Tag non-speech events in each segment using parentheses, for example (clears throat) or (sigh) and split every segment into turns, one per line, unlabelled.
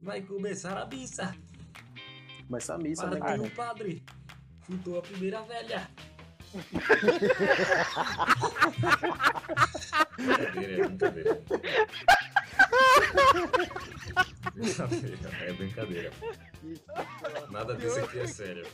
Vai começar a missa.
Começa a missa, né,
Partiu
cara?
um
o padre. Chutou a primeira velha.
Brincadeira, é brincadeira. Brincadeira, é brincadeira. Nada disso aqui é sério.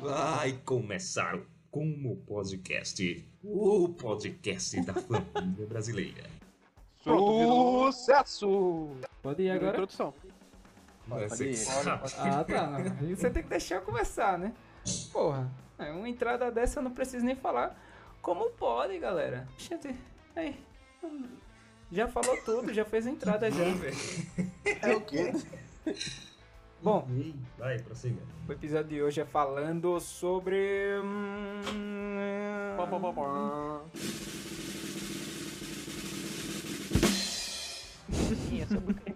Vai começar como podcast, o podcast da família brasileira.
Pronto, virou-
Sucesso!
Pode ir
virou
agora?
introdução.
Pode
Você que
ir.
sabe.
Ah, tá. Aí (laughs) Você tem que deixar eu começar, né? Porra. É, uma entrada dessa eu não preciso nem falar. Como pode, galera? Gente, aí. Já falou tudo, já fez a entrada já.
É o quê?
Bom,
Vai, prossiga.
o episódio de hoje é falando sobre. hum,
Pá, pá, pá, pá.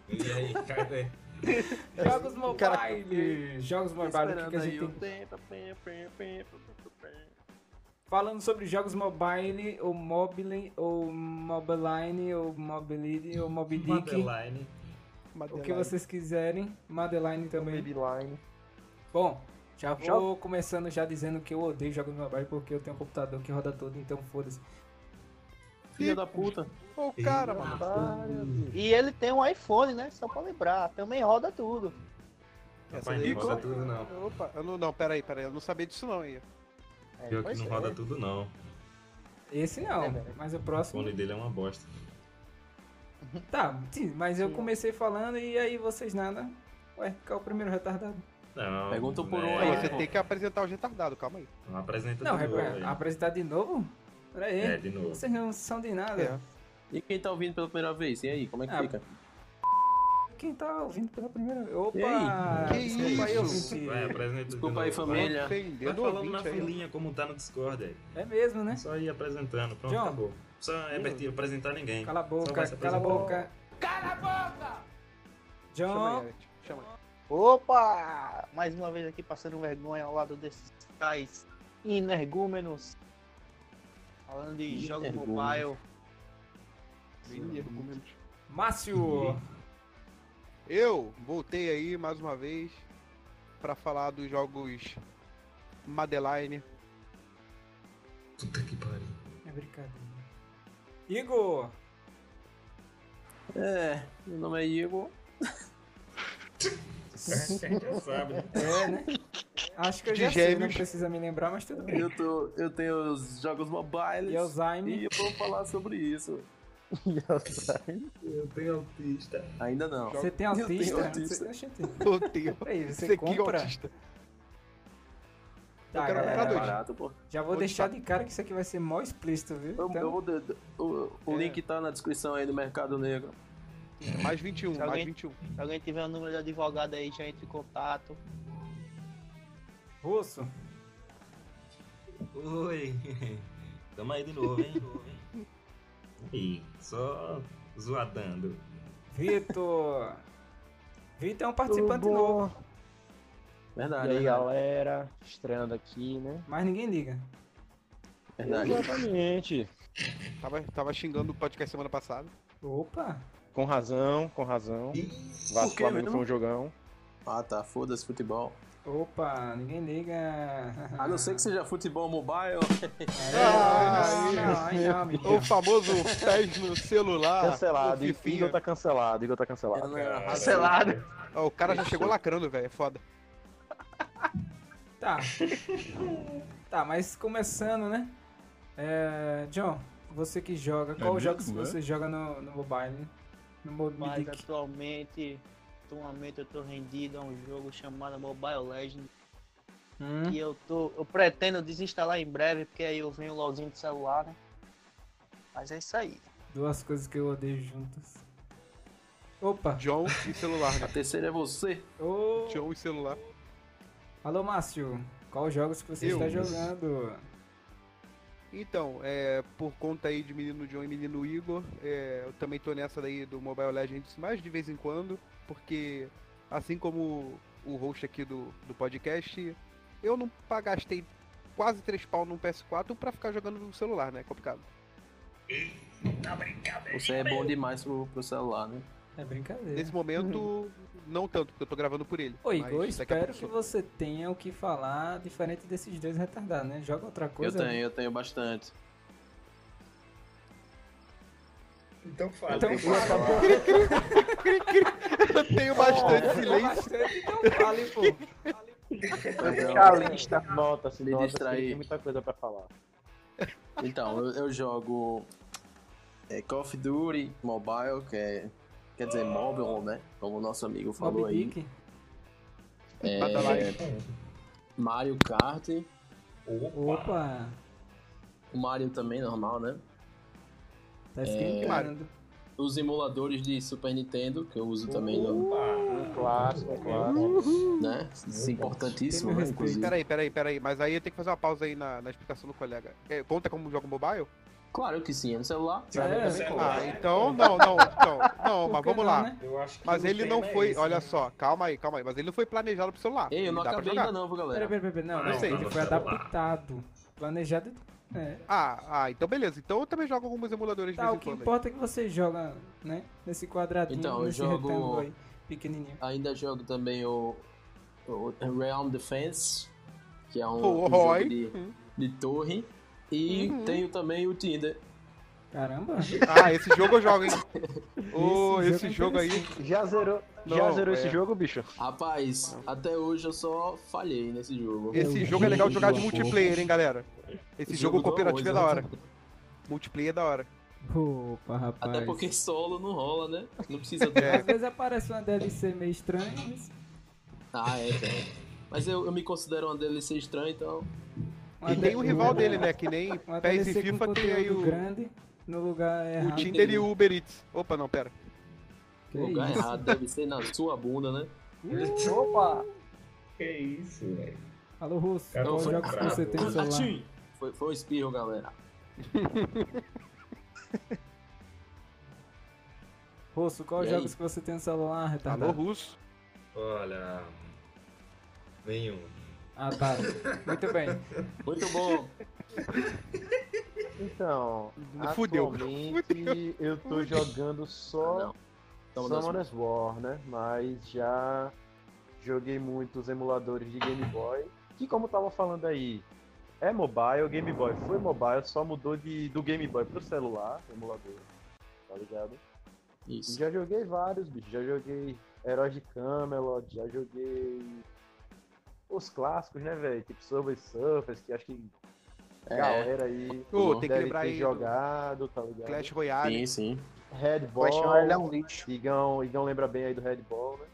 E aí, cadê?
Jogos
cara-
mobile! Jogos mobile, o que, que a
Esperando
gente
aí
tem
o tempo, pim, pim, pim, pim, pim, pim.
Falando sobre jogos mobile, ou mobile, ou mobiline, ou mobility, ou mobidick,
Madeline.
o que vocês quiserem. Madeline também.
Babyline.
Bom, já
Já-
vou começando já dizendo que eu odeio jogos mobile porque eu tenho um computador que roda todo, então foda-se.
Filha da puta.
Ô, cara, mano.
E ele tem um iPhone, né? Só pra lembrar. Também roda tudo.
Essa
Rapaz,
daí
não roda
foi-
tudo, não.
Opa, eu não, não, peraí, peraí, eu não sabia disso não aí.
É,
Pior que
pois
não
é.
roda tudo, não.
Esse não,
É, velho.
mas o
O
próximo.
fone dele é uma bosta.
Tá, sim, mas eu
Sim.
comecei falando e aí vocês nada. Ué, qual é o primeiro retardado?
Não. né?
Pergunta por um
Aí
É,
você
pô.
tem que apresentar o retardado, calma aí.
Não apresenta
Não,
de novo,
repre-
velho.
apresentar de novo? Pera aí.
É, de novo.
Vocês não são de nada.
É.
E quem tá ouvindo pela primeira vez? E aí, como é que
Ah,
fica?
Quem tá ouvindo pela primeira vez?
E
Opa!
aí?
Que
desculpa aí,
isso?
ouvinte.
Vai, apresenta de
Desculpa
novo.
aí, família.
Vai
Ofendendo o
falando na
ouvinte aí.
filinha como tá no Discord aí.
É mesmo, né?
Só ir apresentando. Pronto,
John.
acabou. Só é pra te apresentar ninguém.
Cala
Só
a
vai se
boca, cala a
apresentar.
boca. Cala a boca!
Chama
John,
aí, Eric, chama aí.
Opa! Mais uma vez aqui passando vergonha ao lado desses tais energúmenos. Falando de jogos
Energúmenos.
mobile.
Ih, argumento.
Márcio.
Eu voltei aí mais uma vez pra falar dos jogos Madeline. (laughs)
Puta que pariu.
É brincadeira. Igor!
É, meu nome é Igor.
Já sabe.
É, né? Acho que eu
De
já sei, não
gêmeos.
precisa me lembrar, mas tudo bem.
Eu, tô, eu tenho os jogos mobiles.
E é Alzheimer.
E eu vou falar sobre isso.
Eu tenho autista.
Ainda não.
Você tem
Eu
autista?
tenho autista.
Você, gente,
Eu tenho.
peraí, você
Você que é
compra?
autista.
Tá,
quero
É,
comprar
galera,
dois.
barato, pô.
já vou
Vou
deixar
te-
de cara que isso aqui vai ser mó explícito, viu?
Eu, eu
Então,
vou de- o o
É.
link tá na descrição aí do Mercado Negro.
Mais 21,
Se
mais
alguém-
21.
Se alguém tiver o número de advogado aí, já entre em contato.
Russo,
Oi. Tamo aí de novo, hein?
Ih, só zoadando.
Vitor. Vitor é um participante novo,
Verdade, né? verdade.
galera? Estreando aqui, né?
mas ninguém liga.
verdade.
Exatamente.
Tava, tava xingando o podcast semana passada.
Opa!
Com razão, com razão.
por
Vasco
quê,
Flamengo
meu?
foi um jogão.
Ah, tá. Foda-se, futebol.
Opa, ninguém liga.
A não ser Ah, que seja futebol mobile.
(laughs) É, não, não, não, aí não, amigo.
O famoso pés no celular.
Cancelado,
o
e-
fifinha.
Igor tá cancelado, Igor tá cancelado.
é
Cancelado.
Ó, o cara já chegou lacrando, velho. É foda.
Tá. (laughs) tá, mas começando, né? É, John, você que
É
joga, qual jogos você joga no, no mobile? né? No
Mas
mobile.
atualmente, atualmente eu tô rendido a um jogo chamado Mobile Legends.
Hum,
E eu tô. Eu pretendo desinstalar em breve, porque aí eu venho o login do celular, né? Mas é isso aí.
Duas coisas que eu odeio juntas. Opa!
John e celular,
A
né?
terceira é você.
Ô,
John e celular.
Alô, Márcio. Qual jogos que você
Eu.
está jogando?
Então, é, por conta aí de menino John e menino Igor, é, eu também tô nessa daí do Mobile Legends mais de vez em quando, porque assim como o host aqui do, do podcast, eu não pa- gastei quase 3 pau num PS4 pra ficar jogando no celular, né? Complicado.
Você é bom demais pro, pro celular, né?
É brincadeira.
Nesse momento, não tanto, porque eu tô gravando por ele.
Ô,
mas
Igor,
daqui a
espero que
pouco-
você tenha o que falar diferente desses dois retardados, né? Joga outra
Eu
coisa.
tenho, eu tenho bastante.
Então fala.
Então
tem que
fala,
falar.
pô.
Eu (laughs) tenho
(laughs)
bastante silêncio.
Bastante, então fale,
(laughs)
pô.
Então,
Calista. Nota-se,
Me
nota-se.
distraí.
Tem muita coisa pra falar.
então, eu, eu jogo é, Call of Duty Mobile, que é. Quer dizer, mobile, né? Como o nosso amigo falou
Mob
aí.
Dick. tá
É, Mario Kart.
Opa.
Opa!
O Mario também, normal, né? É.
Tá esquentando.
Os emuladores de Super Nintendo, que eu uso também, né? no,
Opa.
Um clássico, um clássico.
né? Isso é importantíssimo,
Uh, Tem meu
né? Inclusive.
Peraí, peraí, peraí. Mas aí eu tenho que fazer uma pausa aí na, na explicação do colega. É, conta como jogo mobile?
Claro que sim, é no celular.
É,
Ah, então, não, não, então, não,
Por
mas
que
vamos
não,
lá.
então,
né?
Eu acho que
Mas
o
ele
tema
não
é
foi,
esse,
olha
né?
só, calma aí, calma aí, mas ele não foi planejado pro celular.
Ei, eu não
Dá pra
acabei
jogar.
ainda não, viu,
Pera,
galera.
pera, pera, pera. Não,
Não
não,
sei.
ele foi adaptado. Planejado. e tudo. É.
Ah, ah, então beleza. Então eu também jogo alguns emuladores de
Tá,
vez
o
em
que
quando. aí.
importa é que você joga, né? Nesse quadradinho,
Então, eu
nesse
jogo-
retângulo aí, pequenininho.
Ainda jogo também o, o Realm Defense, que é um,
Oh,
um
oh,
jogo de, de torre. E tenho também o Tinder.
Caramba!
Ah, esse jogo
(laughs)
eu jogo, hein? Ô,
Esse
esse
jogo
jogo
é
aí.
Já zerou, já
Não,
zerou
é.
esse jogo, bicho?
Rapaz, até hoje eu só falhei nesse jogo.
Esse jogo é legal de jogar de multiplayer, hein, galera? Esse
Esse jogo
jogo
do
cooperativo é da
arroz,
hora. Multiplayer é da hora.
Opa, rapaz. É.
Até porque solo não rola, né? Não precisa ter.
(laughs) Às vezes aparece uma DLC meio estranha, mas...
Ah, é, cara. Mas eu, eu me considero uma DLC estranha, então.
uma
E tem o
DLC
rival dele, né? Que nem
Uma
PES e
DLC com
FIFA tem aí
conteúdo
o,
grande no lugar
o
errado.
Tinder e o Uber Eats. Opa, não, pera.
Que
lugar
isso?
errado, deve ser na sua bunda, né?
Opa!
Que isso, velho.
Alô, Russo,
Cara,
qual
foi
jogos que
bravo.
você tem no celular?
Atchim! Ah, Foi, foi um espirro, galera.
Russo, qual
E aí?
jogos que você tem no celular,
Alô,
retardado?
russo.
Olha. Nenhum.
Ah, tá. Muito bem.
Muito bom.
Então,
Fudeu.
atualmente eu tô jogando só
Não. Tamo nas-
Summoners War, né? Mas já joguei muitos emuladores de Game Boy. Que como eu tava falando aí, é mobile, Game Boy foi mobile, só mudou de, do Game Boy pro celular, emulador, tá ligado?
Isso.
Já joguei vários, bicho. Já joguei Heróis de Camelot, já joguei os clássicos, né, velho? Tipo Subway Surfers, que acho que a
É.
galera aí
Ô, tem que
deve
lembrar
ter
aí do
jogado, tá ligado?
Clash Royale.
Sim, sim.
Red
Vai chamar ele é
Ball,
um lixo.
Igão, Igão lembra bem aí do Red Ball, né?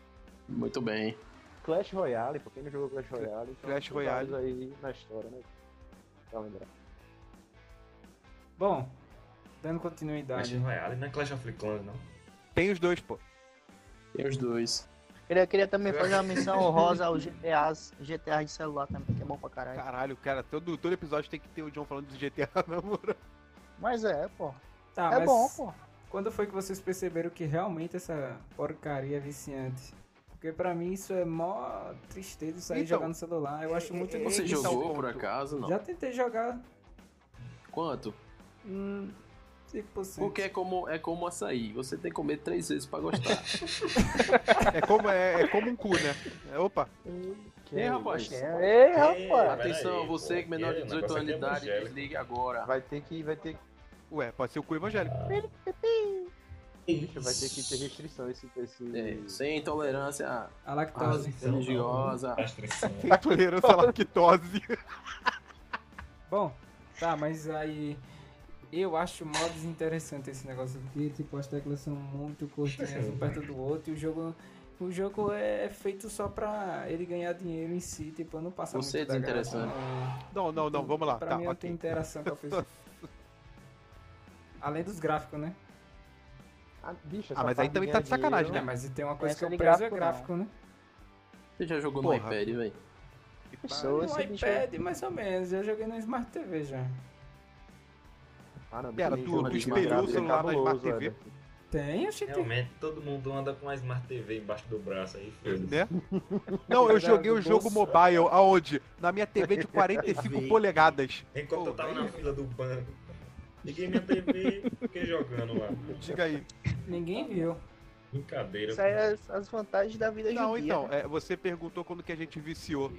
Muito bem.
Clash Royale, pra quem não jogou Clash Royale, então
Clash
tem vários
Royale.
aí na história, né? Pra lembrar.
Bom, dando
Tá.
Clash
continuidade.
Royale, não é Clash of Clans, não.
Tem os dois, pô.
Tem os dois.
Queria, queria também fazer uma menção honrosa aos GTAs, GTAs de celular também, que é bom pra caralho.
Caralho, cara, todo, todo episódio tem que ter o John falando de GTA, (laughs) na moral.
Mas é, pô.
Tá,
é
mas
bom, pô.
quando foi que vocês perceberam que realmente essa porcaria é viciante? Porque pra mim isso é mó tristeza isso aí
Então,
jogar no celular. Eu acho muito
Você
Esse é o
jogou por
ponto.
acaso? Não.
Já tentei jogar
Quanto?
hum, assim, 5%.
Porque é como, é como açaí. Você tem que comer três vezes pra gostar.
É como, é, é como um cu, né? É, opa,
Quem
Ei, é, rapaz.
Ei,
É.
É,
Ah,
rapaz!
Atenção,
É, Peraí,
você
pô,
menor de
aqui
um
o
18
negócio
anos
aqui
de
é
idade,
evangélico.
desligue agora.
Vai ter que, vai ter que,
ué, pode ser o cu evangélico.
vai ter que ter restrição esse, esse...
É, sem intolerância Ah,
A lactose.
é um
religiosa.
(laughs)
Castração.
Tem intolerância à lactose.
Bom, tá, mas aí. Eu acho mó desinteressante esse negócio, porque tipo, as teclas são muito curtinhas um perto do outro e o jogo. O jogo é feito só pra ele ganhar dinheiro em si, tipo, não passa
Você
muito
é
da graça,
desinteressante.
não.
tá, Não, não, não, vamos lá.
Pra
Tá,
mim não tem
ok.
interação com a pessoa. Além dos gráficos, né?
Ah, bicho,
Ah, mas aí também tá de sacanagem,
É,
É.
mas tem uma coisa
Essa
que eu
de
prezo é
gráfico,
gráfico, né?
Você já jogou no
Porra.
iPad, velho?
Sou
no
esse bicho aí.
Um iPad, mais ou menos. Eu joguei no Smart TV já.
Ah, não,
Pera,
bicho,
tu-
jogo
tu
de
espelhou
gráfico
o
é
celular na Smart
cabuloso,
TV?
velho.
Tem, oxi, tem.
Realmente, todo mundo anda com uma Smart TV embaixo do braço aí, filho.
Né? Não, eu
Pegar
joguei
do
o jogo
bolso.
mobile, aonde? Na minha TV de 45 polegadas.
Enquanto
Pô,
eu tava
velho.
na fila do banco, liguei minha TV e fiquei jogando lá.
Diga aí.
Ninguém viu.
Brincadeira.
Isso aí é as, as vantagens da vida
Não,
judia.
então,
né?
é, você perguntou quando que a gente viciou.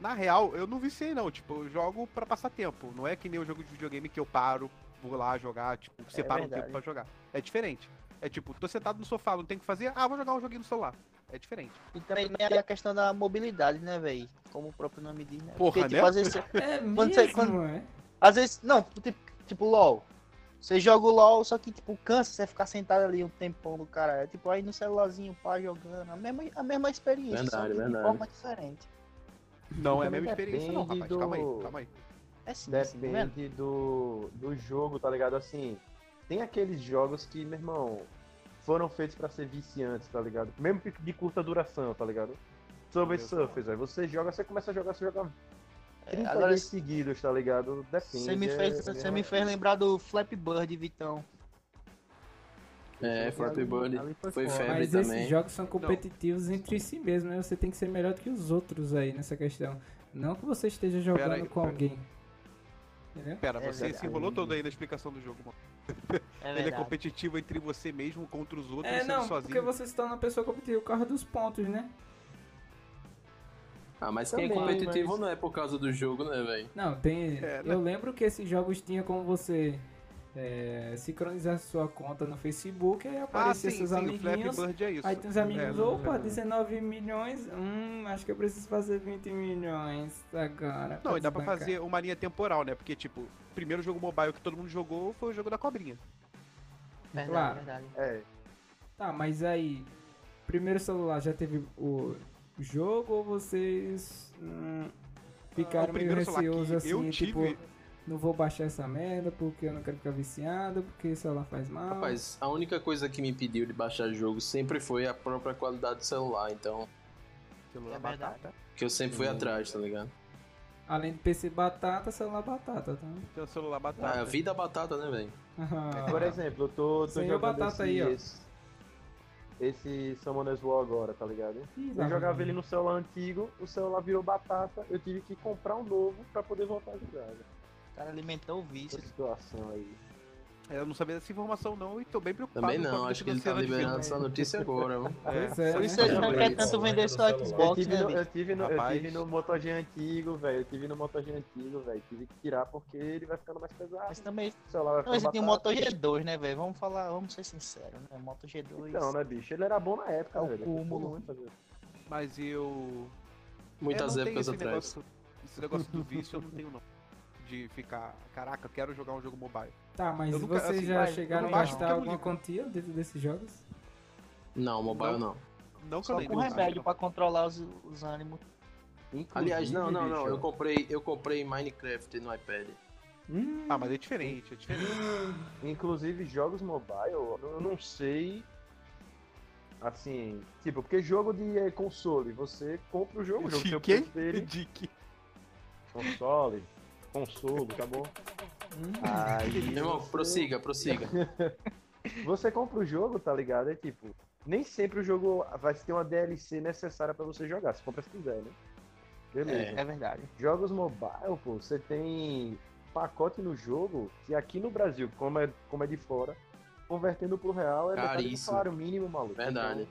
Na real, eu não viciei não, tipo, eu jogo pra passar tempo. Não é que nem o jogo de videogame que eu paro, vou lá jogar, tipo, separo um
verdade.
tempo pra jogar. É diferente. É tipo, tô sentado no sofá, não tem o que fazer, ah, vou jogar um joguinho no celular. É diferente.
E também tem a questão da mobilidade, né, velho? Como o próprio nome diz, né?
Porra, né?
tipo, às vezes,
É mesmo,
Quando você- quando-
é.
às vezes- não, tipo, tipo LOL. Você joga o LOL, só que, tipo, cansa você ficar sentado ali um tempão do cara. É tipo, aí no celularzinho, pá, jogando. A mesma, a mesma experiência, só
Verdade,
que
verdade.
de forma diferente.
Não é a
também
mesma experiência não, rapaz.
depende
Calma aí,
do-
calma aí.
É sim, assim, tá vendo?
Depende do, do jogo, tá ligado? Assim, tem aqueles jogos que, meu irmão, foram feitos pra ser viciantes, tá ligado? Mesmo que de curta duração, tá ligado? Subway
Meu
Surfers, aí você joga, você começa a jogar, você joga 30
É, agora-
dias seguidos, tá ligado? Depende.
Você me, fez,
é-
você me fez lembrar do Flap Bird, Vitão.
assim.
É, Flappy Bird.
Ali
Foi
foda.
febre
Mas
também.
esses jogos são
Então,
competitivos entre si mesmo, né? Você tem que ser melhor do que os outros aí nessa questão. Não que você esteja jogando
aí,
com
pera aí.
alguém. Entendeu?
Pera,
É
você se
verdade.
enrolou todo aí na explicação do jogo, mano.
É
Ele é
verdade.
competitivo entre você mesmo, contra os outros,
É,
sendo
não,
sozinho.
porque você se torna uma pessoa competitiva por causa dos pontos, né?
Ah, mas quem é
Também,
competitivo
mas-
não é por causa do jogo, né, velho?
Não, tem.
É, né?
Eu lembro que esses jogos tinha como você é, sincronizar sua conta no Facebook e
Ah,
aparecer
sim,
seus
sim, o Flappy
assim, amiguinhos.
Bird é isso.
Aí tem os
É,
amiguinhos,
não-
opa, 19 milhões, hum, acho que eu preciso fazer 20 milhões agora.
Não, e dá pra
desbancar.
fazer uma linha temporal, né? Porque, tipo, o primeiro jogo mobile que todo mundo jogou foi o jogo da cobrinha.
Verdade,
Claro.
verdade.
É,
Tá, mas aí, primeiro celular já teve o jogo ou vocês hum,
Ah, o
ficaram meio
primeiro celular que
receosos
eu
assim, tipo,
tive-
não vou baixar essa merda porque eu não quero ficar viciado, porque o celular faz mal.
Rapaz, a única coisa que me impediu de baixar jogo sempre foi a própria qualidade do celular, então.
Celular
É verdade.
batata.
Que eu sempre fui atrás, tá ligado?
Além de PC batata, celular batata,
(laughs)
tá? Ah,
Tem um celular
Ah,
batata.
a vida batata, né, velho?
por
é
exemplo, eu tô, tô
Senhor
jogando
Batata aí,
esse,
ó.
esse, esse Summoners War agora, tá ligado?
Ih, lá
Eu jogava
vem.
ele no celular antigo, o celular virou batata, eu tive que comprar um novo pra poder voltar a jogar. né?
O cara alimentou o vício.
Essa situação aí.
Eu não sabia dessa informação, não, e tô bem preocupado.
Também
com a
não,
vida
acho que ele tá
financeira de
liberando
vida.
essa notícia agora, mano.
Pois é,
Por
né?
isso ele não quer tanto vender seu
Eu
Xbox,
tive,
né,
no,
bicho?
eu, tive no, eu
Rapaz.
tive no Moto G antigo, velho. Eu tive no Moto G antigo, velho. Tive que tirar porque ele vai ficando mais pesado.
Mas também
O celular vai
Não, mas
ficando
tem o
batata.
Moto G2, né, velho? Vamos falar, vamos ser sinceros, né? Moto G2.
Então, né, bicho? Ele era bom na época,
É o
velho.
cúmulo.
Muito, velho.
Mas eu.
Muitas
é, não tenho
épocas
esse
atrás.
Negócio, esse negócio do vício eu não tenho, não. De ficar, caraca, eu quero jogar um jogo mobile.
Tá, mas
Eu nunca-
vocês
assim,
já
vai, eu
chegaram a
não baixo porque
gastar
eu
alguma
não ligo.
quantia dentro desses jogos?
Não, mobile não.
Não que eu
Só
lembre,
com
não.
remédio pra controlar os, os ânimos.
Aliás, não, não, não.
Inclusive,
Eu comprei, eu comprei Minecraft no iPad.
Ah, mas é diferente, é diferente.
bicho, Inclusive, jogos mobile, eu não sei. Assim, tipo, porque jogo de eh, console, você compra o jogo, o jogo tem o preço dele.
Dick.
Console, console, tá bom?
Hum.
Aí,
Meu irmão,
você-
prossiga,
(laughs)
prossiga.
Você compra o jogo, tá ligado? É tipo, nem sempre o jogo vai ter uma DLC necessária pra você jogar. Você compra se quiser, né? Beleza.
É verdade.
Jogos mobile, pô, você tem pacote no jogo que aqui no Brasil, como é, como é de fora, convertendo pro real é metade do
Caríssimo.
salário mínimo, maluco.
Verdade.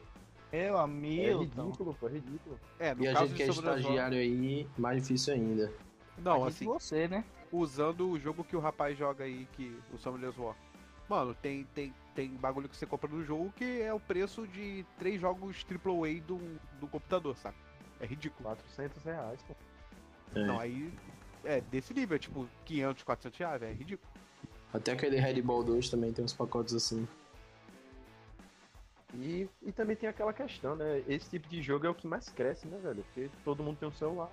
Meu
Então, é
amigo.
ridículo, pô, é ridículo.
É, no
E a
caso
gente
de
que é
Sobrenatural-
estagiário aí, mais difícil ainda.
Não, assim,
você, né?
usando o jogo que o rapaz joga aí, que o Summoners War. Mano, tem, tem, tem bagulho que você compra no jogo que é o preço de três jogos AAA do, do computador, saca? É ridículo.
400 reais, pô.
É.
Não, aí é desse nível, é tipo 500, 400 reais, velho, é ridículo.
Até aquele Red Ball 2 também tem uns pacotes assim.
E, e também tem aquela questão, né? Esse tipo de jogo é o que mais cresce, né, velho? Porque todo mundo tem um celular.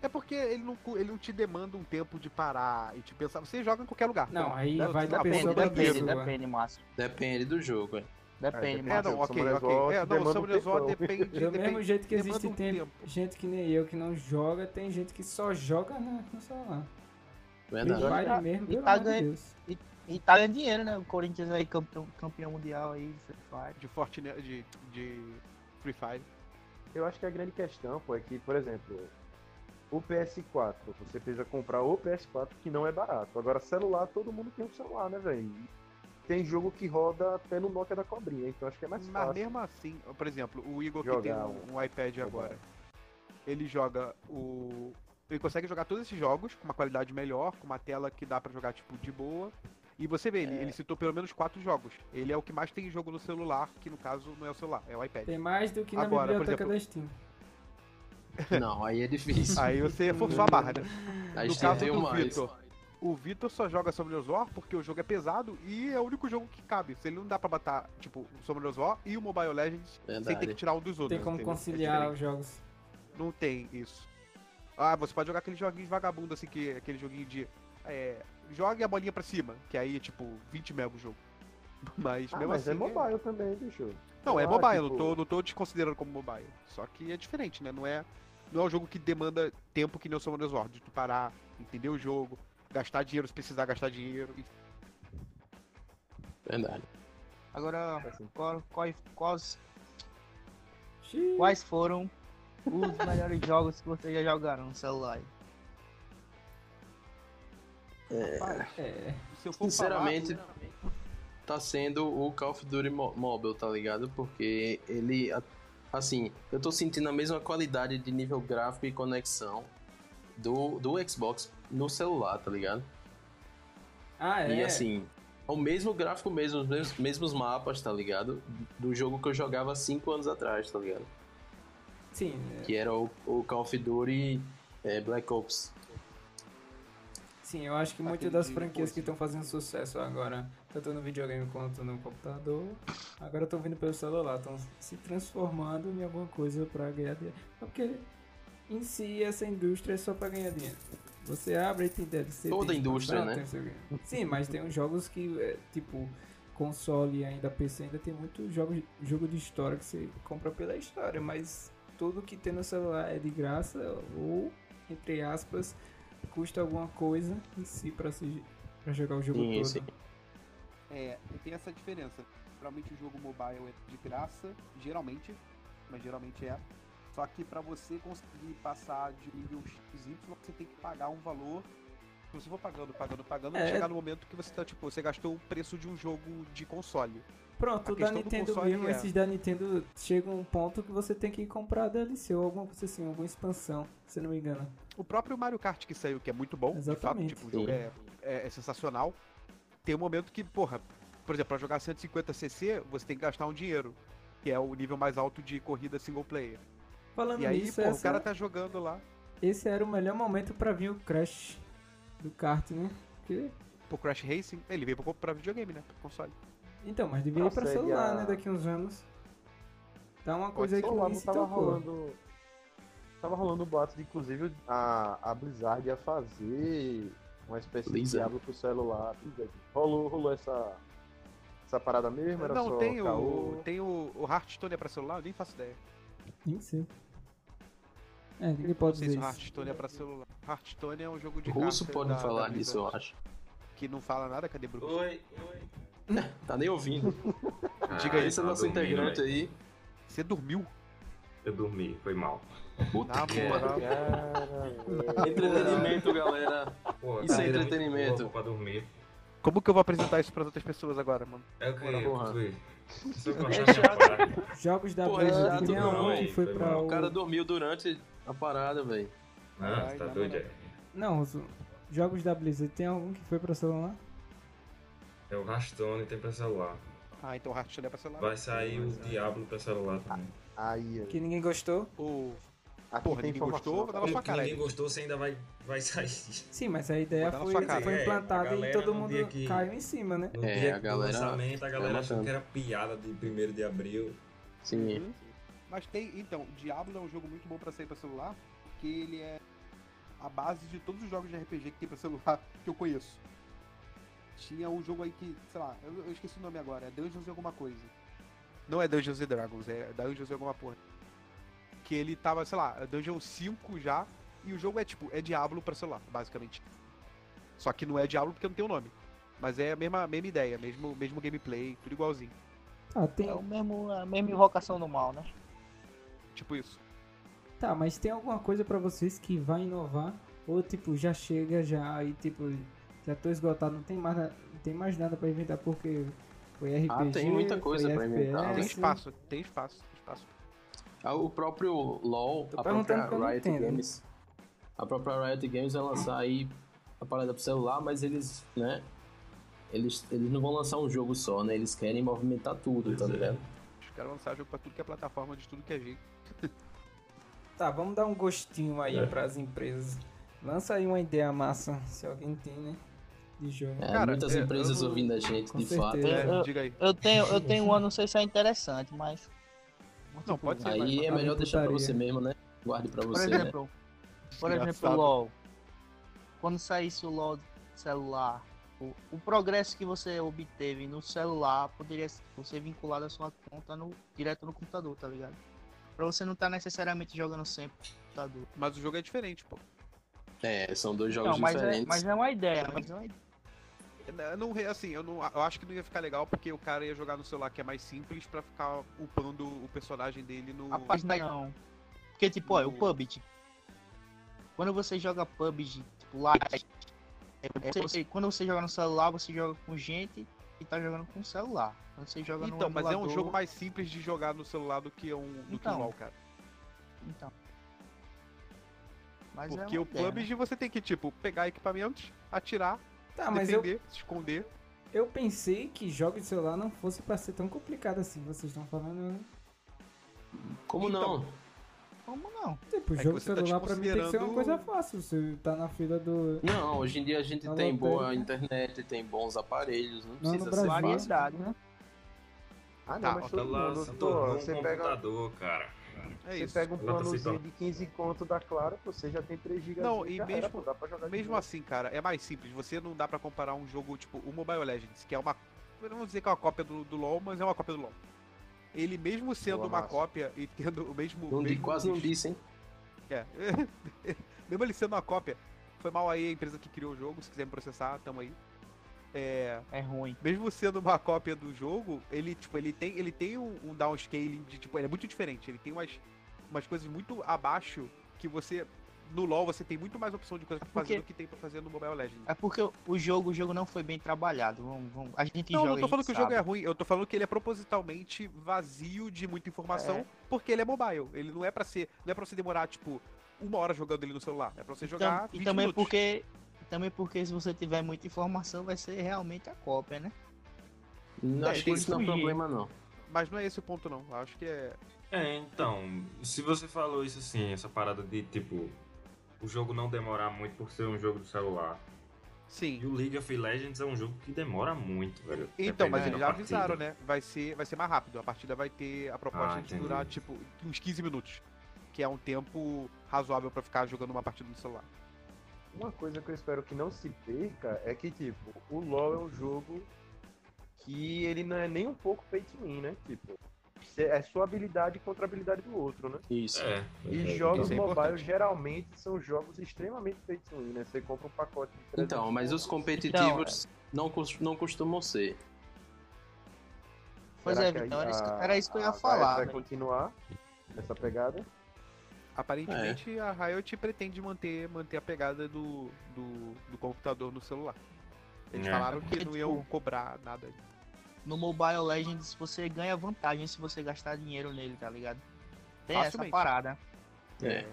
É porque ele não, cu- ele não te demanda um tempo de parar e te pensar. Você joga em qualquer lugar.
Não, aí
Não,
vai
tá
da
bom,
pessoa
Depende,
pra
depende,
pessoa.
depende, Márcio.
Depende do jogo, é.
né? Depende,
É,
Márcio.
não, ok,
Samurai
ok.
Zod
É, não, o
demanda um
Samurai Zod
tempão.
depende,
Do mesmo
depende.
jeito que
demanda
existe
um
tempo,
tempo.
gente que nem eu que não joga, tem gente que só joga na- no celular.
É
Verdade.
Free Fire
Tá-
mesmo,
e
pelo
tá
amor de
ganha-
Deus.
E tá ganhando dinheiro, né? O Corinthians aí, campeão, campeão mundial aí, Free Fire.
De Fortnite, de, de Free Fire.
Eu acho que a grande questão, pô, é que, por exemplo, o PS4, você precisa comprar o PS4 que não é barato. Agora, celular, todo mundo tem um celular, né, velho? Tem jogo que roda até no Nokia da cobrinha, então acho que é mais
Mas
fácil.
mesmo assim, por exemplo, o Igor que
Jogar
tem um, um iPad agora, ele joga o. Ele consegue jogar todos esses jogos com uma qualidade melhor, com uma tela que dá pra jogar, tipo, de boa. E você vê, ele,
É.
ele citou pelo menos quatro jogos. Ele é o que mais tem jogo no celular, que no caso não é o celular, é o iPad.
Tem mais do que na
Agora, por
biblioteca
exemplo,
da Steam.
Não, aí é
(laughs)
difícil.
Aí
um
você forçou a barra, né?
Aí
No
já
caso
tem um
do
mais.
Vitor. O Vitor só joga Summoner's War porque o jogo é pesado e é o único jogo que cabe. Se ele não dá pra botar, tipo, o Summoner's War e o Mobile Legends sem ter que
Verdade.
tirar um dos outros.
Tem como
entendeu? É
conciliar
diferente.
os jogos.
não tem isso. Ah, você pode jogar aquele joguinho de vagabundo, assim, que aquele joguinho de. É, jogue a bolinha pra cima, que aí é tipo 20 mega o jogo. (laughs) Mas
Ah,
mesmo
mas
assim.
é mobile também, bicho.
Não, é
Ah,
mobile,
tipo-
não, tô, não tô desconsiderando como mobile. Só que é diferente, né? Não é, não é um jogo que demanda tempo que nem o Summoner's War, de tu parar, entender o jogo, gastar dinheiro se precisar gastar dinheiro. e
Verdade.
Agora, qual- quais, quais,
Xiii.
quais foram os melhores jogos que vocês já jogaram no celular? aí?
É.
Se eu for
Sinceramente, tá sendo o Call of Duty Mo- Mobile, tá ligado? Porque ele, a- assim, eu tô sentindo a mesma qualidade de nível gráfico e conexão do, do Xbox no celular, tá ligado?
Ah, é.
E assim, é o mesmo gráfico mesmo, os mesmos, mesmos mapas, tá ligado? Do jogo que eu jogava há 5 anos atrás, tá ligado?
Sim, é-
Que era o, o Call of Duty é, Black Ops.
sim, eu acho que muitas
Aquele
das
de
franquias
coisa.
que estão fazendo sucesso agora, tanto no videogame quanto no computador, agora estão vindo pelo celular, estão se transformando em alguma coisa pra ganhar dinheiro. É Porque em si essa indústria é só pra ganhar dinheiro. Você abre e tem DLC.
Toda
tem
indústria,
expansão,
né?
tem não sei o quê. Sim, mas tem uns jogos que, é, tipo, console e ainda PC, ainda tem muito jogo, jogo de história que você compra pela história, mas tudo que tem no celular é de graça ou, entre aspas, custa alguma coisa em si pra, se, pra jogar o jogo
Sim,
todo.
sim.
É, e tem essa diferença. Geralmente o jogo mobile é de graça, geralmente, mas geralmente é. Só que pra você conseguir passar de nível XY, você tem que pagar um valor. Se você for pagando, pagando, pagando, vai
É.
chegar no momento que você tá, tipo, você gastou o preço de um jogo de console.
Pronto,
A
o da
questão do
Nintendo
console
mesmo,
é-
esses da Nintendo chega um ponto que você tem que comprar DLC ou alguma coisa assim, alguma expansão, se não me engano.
O próprio Mario Kart que saiu, que é muito bom,
Exatamente.
de fato, tipo, o jogo é, é- é sensacional. Tem um momento que, porra, por exemplo, pra jogar 150cc, você tem que gastar um dinheiro, que é o nível mais alto de corrida single player.
Falando
E aí,
nisso, é assim.
porra, o
essa-
cara tá jogando lá.
esse era o melhor momento pra vir o Crash do kart, né? Porque-
pro Crash Racing, ele veio pra, pra videogame, né? Pro console.
Então, mas devia ir pra
Nossa,
celular,
e a-
né? Daqui uns anos. Dá uma
Mas
coisa aí que
celular
não
não
se
tava
tocou.
rolando. Tava rolando um boato de, inclusive, a, a Blizzard ia fazer uma espécie de
Blizzard.
diabo pro celular. Blizzard. Rolou, rolou essa. Essa parada mesmo? Era só
Não, tem
caô?
o, tem o, o Hearthstone é pra celular, eu nem faço ideia.
Nem sei. É, ninguém
Não
pode
sei se
dizer
o
isso.
Hearthstone é pra celular. Hearthstone é um jogo de
Russo
cartas
pode
da-
falar
da
disso, eu
Blizzard,
acho.
Que não fala nada, cadê Bruno?
Oi, oi.
Tá nem ouvindo. Diga
Ah,
aí, esse é
eu tava
nosso
dormindo,
integrante
velho.
aí.
Você dormiu?
Eu dormi, foi mal.
Na
Puta que
moral.
pariu.
Cara,
Entretenimento, galera.
Pô,
Isso é
saída muito
entretenimento.
boa Pra dormir.
Como que eu vou apresentar isso pras outras pessoas agora, mano?
É o que
Bora, porra.
foi. Só que eu
É
achava que ia
chato.
parar.
Jogos da
Porra, é
Blizzard,
chato,
tem
não,
um que
aí,
foi
foi
pra
mal.
o...
O cara dormiu durante a parada, velho.
Ah, você tá doido? é.
Não, os jogos da Blizzard, tem algum que foi pra celular?
É o Rastone tem pra celular.
Ah, então o Hearthstone é pra celular.
Vai sair o Diablo pra celular também.
Aí, aí.
Que ninguém gostou?
O...
Aqui
Porra,
tem
ninguém gostou,
informação.
vou dar uma
Como
pra
que ninguém
caralho.
gostou, você ainda vai, vai sair.
Sim, mas a ideia
Botar na
foi,
sua cara.
foi
É,
implantada
a
e
galera
todo
não
mundo
via que-
caiu em cima, né?
No
É,
dia
a
do
galera-
lançamento, a galera
tá
achou que
matando.
era piada de 1 de abril.
Sim.
Uhum. Mas tem, então, Diablo é um jogo muito bom pra sair pra celular, porque ele é a base de todos os jogos de RPG que tem pra celular (laughs) que eu conheço. Tinha um jogo aí que, sei lá, eu, eu esqueci o nome agora, é Dungeons e alguma coisa. Não é Dungeons and Dragons, é Dungeons e alguma porra. Que ele tava, sei lá, Dungeon 5 já, e o jogo é tipo, é Diablo pra celular, basicamente. Só que não é Diablo porque não tem o nome. Mas é a mesma, mesma ideia, mesmo, mesmo gameplay, tudo igualzinho.
Ah, tem.
É o mesmo, a mesma invocação do mal, né?
Tipo isso.
Tá, mas tem alguma coisa pra vocês que vai inovar? Ou tipo, já chega já e tipo, já tô esgotado, não tem mais, na- não tem mais nada pra inventar porque foi RPG.
Ah, tem muita
foi
coisa pra inventar.
FPS.
Tem espaço, tem espaço, tem espaço.
Ah, O próprio LoL,
Tô
a própria
perguntando porque eu não
Riot
entendo.
Games, a própria Riot Games vai lançar aí a parada pro celular, mas eles, né? Eles, eles não vão lançar um jogo só, né? Eles querem movimentar tudo, tá
Pois é.
ligado?
Os caras lançaram jogo pra tudo que é plataforma, de tudo que é jeito.
Tá, vamos dar um gostinho aí
É.
pras empresas. Lança aí uma ideia massa, se alguém tem, né? De jogo.
É,
Cara,
muitas
é,
empresas
eu não-
ouvindo a gente,
Com
de fato.
certeza.
Eu- eu-
É, diga aí.
Eu tenho, eu tenho um, eu não sei se é interessante, mas.
Não, pode ser.
Aí
mas-
é
mas
melhor deixar pra
putaria.
você mesmo, né? Guarde pra
Por
você, né?
exemplo, por exemplo, o
Desgraçado.
LOL. Quando saísse o LOL celular, o, o progresso que você obteve no celular poderia ser- ser vinculado à sua conta no, direto no computador, tá ligado? Pra você não estar necessariamente jogando sempre no computador.
Mas o jogo é diferente, pô.
É, são dois jogos
Não, mas é,
diferentes.
mas é uma ideia, mas é uma ideia.
Eu não, re- assim, eu, não, eu acho que não ia ficar legal porque o cara ia jogar no celular que é mais simples pra ficar upando o personagem dele no.
Rapaz, não. Porque, tipo, olha, o
O-
PUBG. Quando você joga PUBG, tipo, live, é, você- você- quando você joga no celular, você joga com gente que tá jogando com o celular. Quando você joga no
Então, mas é um
emulador-
jogo mais simples de jogar no celular do que um, do que um
Então,
LoL, cara.
Então. Mas
Porque
é
o PUBG você tem que, tipo, pegar equipamentos, atirar,
Ah,
Tá, mas eu,
defender, se esconder.
eu pensei que jogos de celular não fosse pra ser tão complicado assim. Vocês estão falando.
Como
Então,
não?
Como não?
Tipo,
É que
jogo de
você tá
celular pra mim tem que ser uma
desconsiderando-
coisa fácil. Você tá na fila do.
Não, hoje em dia a gente
Na
tem boa
lotérica.
internet, tem bons aparelhos, não
Não,
precisa
no
ser
Brasil.
fácil.
variedade, né?
Ah, não,
Tá,
mas
O
todo
celular
mundo,
se
pô,
tornou um
você pega,
computador, cara.
É
você
isso.
pega um
Nota
planozinho
fiscal.
de 15 conto da Claro, você já tem 3 GB.
Não, e mesmo-
dá pra jogar de
Mesmo
boa.
assim, cara, é mais simples. Você não dá pra comparar um jogo tipo o Mobile Legends, que é uma. Eu não vou dizer que é uma cópia do, do LoL, mas é uma cópia do LoL. Ele, mesmo sendo
Boa,
uma
massa.
cópia e tendo o mesmo.
Não, di-
mesmo
quase não disse, hein?
É. (laughs) Mesmo ele sendo uma cópia, foi mal aí a empresa que criou o jogo, se quiser me processar, tamo aí. É,
É ruim.
mesmo sendo uma cópia do jogo, ele, tipo, ele tem, ele tem um, um downscaling de, tipo, ele é muito diferente. Ele tem umas, umas coisas muito abaixo que você. No LoL você tem muito mais opção de coisa pra fazer
Porque-
do que tem pra fazer no Mobile Legends.
É porque o jogo, o jogo não foi bem trabalhado. Vamos, vamos. A gente
Não,
joga.
não tô falando que o jogo é
é
ruim, eu tô falando que ele é propositalmente vazio de muita informação,
É.
porque ele é mobile. Ele não é pra ser. Não é pra você demorar, tipo, uma hora jogando ele no celular. É pra você jogar.
E
20
também
minutos.
porque. e Também porque se você tiver muita informação, vai ser realmente a cópia, né?
Não,
É,
acho que
tem
isso
que
não é
fugir.
problema, não.
Mas não é esse o ponto, não. Eu acho que é.
É, então, se você falou isso assim, essa parada de tipo o jogo não demorar muito por ser um jogo do celular. E
Sim.
o League of Legends é um jogo que demora muito, velho.
Então,
dependendo
mas eles
da
já avisaram,
é partida.
né? Vai ser, vai ser mais rápido. A partida vai ter a proposta
Ah,
de durar,
entendi.
tipo, uns 15 minutos. Que é um tempo razoável pra ficar jogando uma partida no celular.
Uma coisa que eu espero que não se perca é que, tipo, o LoL é um jogo que ele não é nem um pouco pay to win, né? Tipo, cê- é sua habilidade contra a habilidade do outro, né?
Isso.
É.
E
é,
jogos
isso é
mobile
importante.
geralmente são jogos extremamente pay to win, né? Você compra um pacote de 300
Então, mas os
pontos.
competitivos não, cos- não costumam ser.
Pois
Será
é,
que a-
Vitão, era isso que-
a-
era isso que eu ia
a Riot
falar,
Vai
né?
continuar essa pegada?
Aparentemente,
É.
a Riot pretende manter, manter a pegada do, do, do computador no celular. Eles
É.
falaram que
Porque,
não iam
tipo,
cobrar nada.
No Mobile Legends você ganha vantagem se você gastar dinheiro nele, tá ligado? Tem
Facilmente.
essa parada.
É.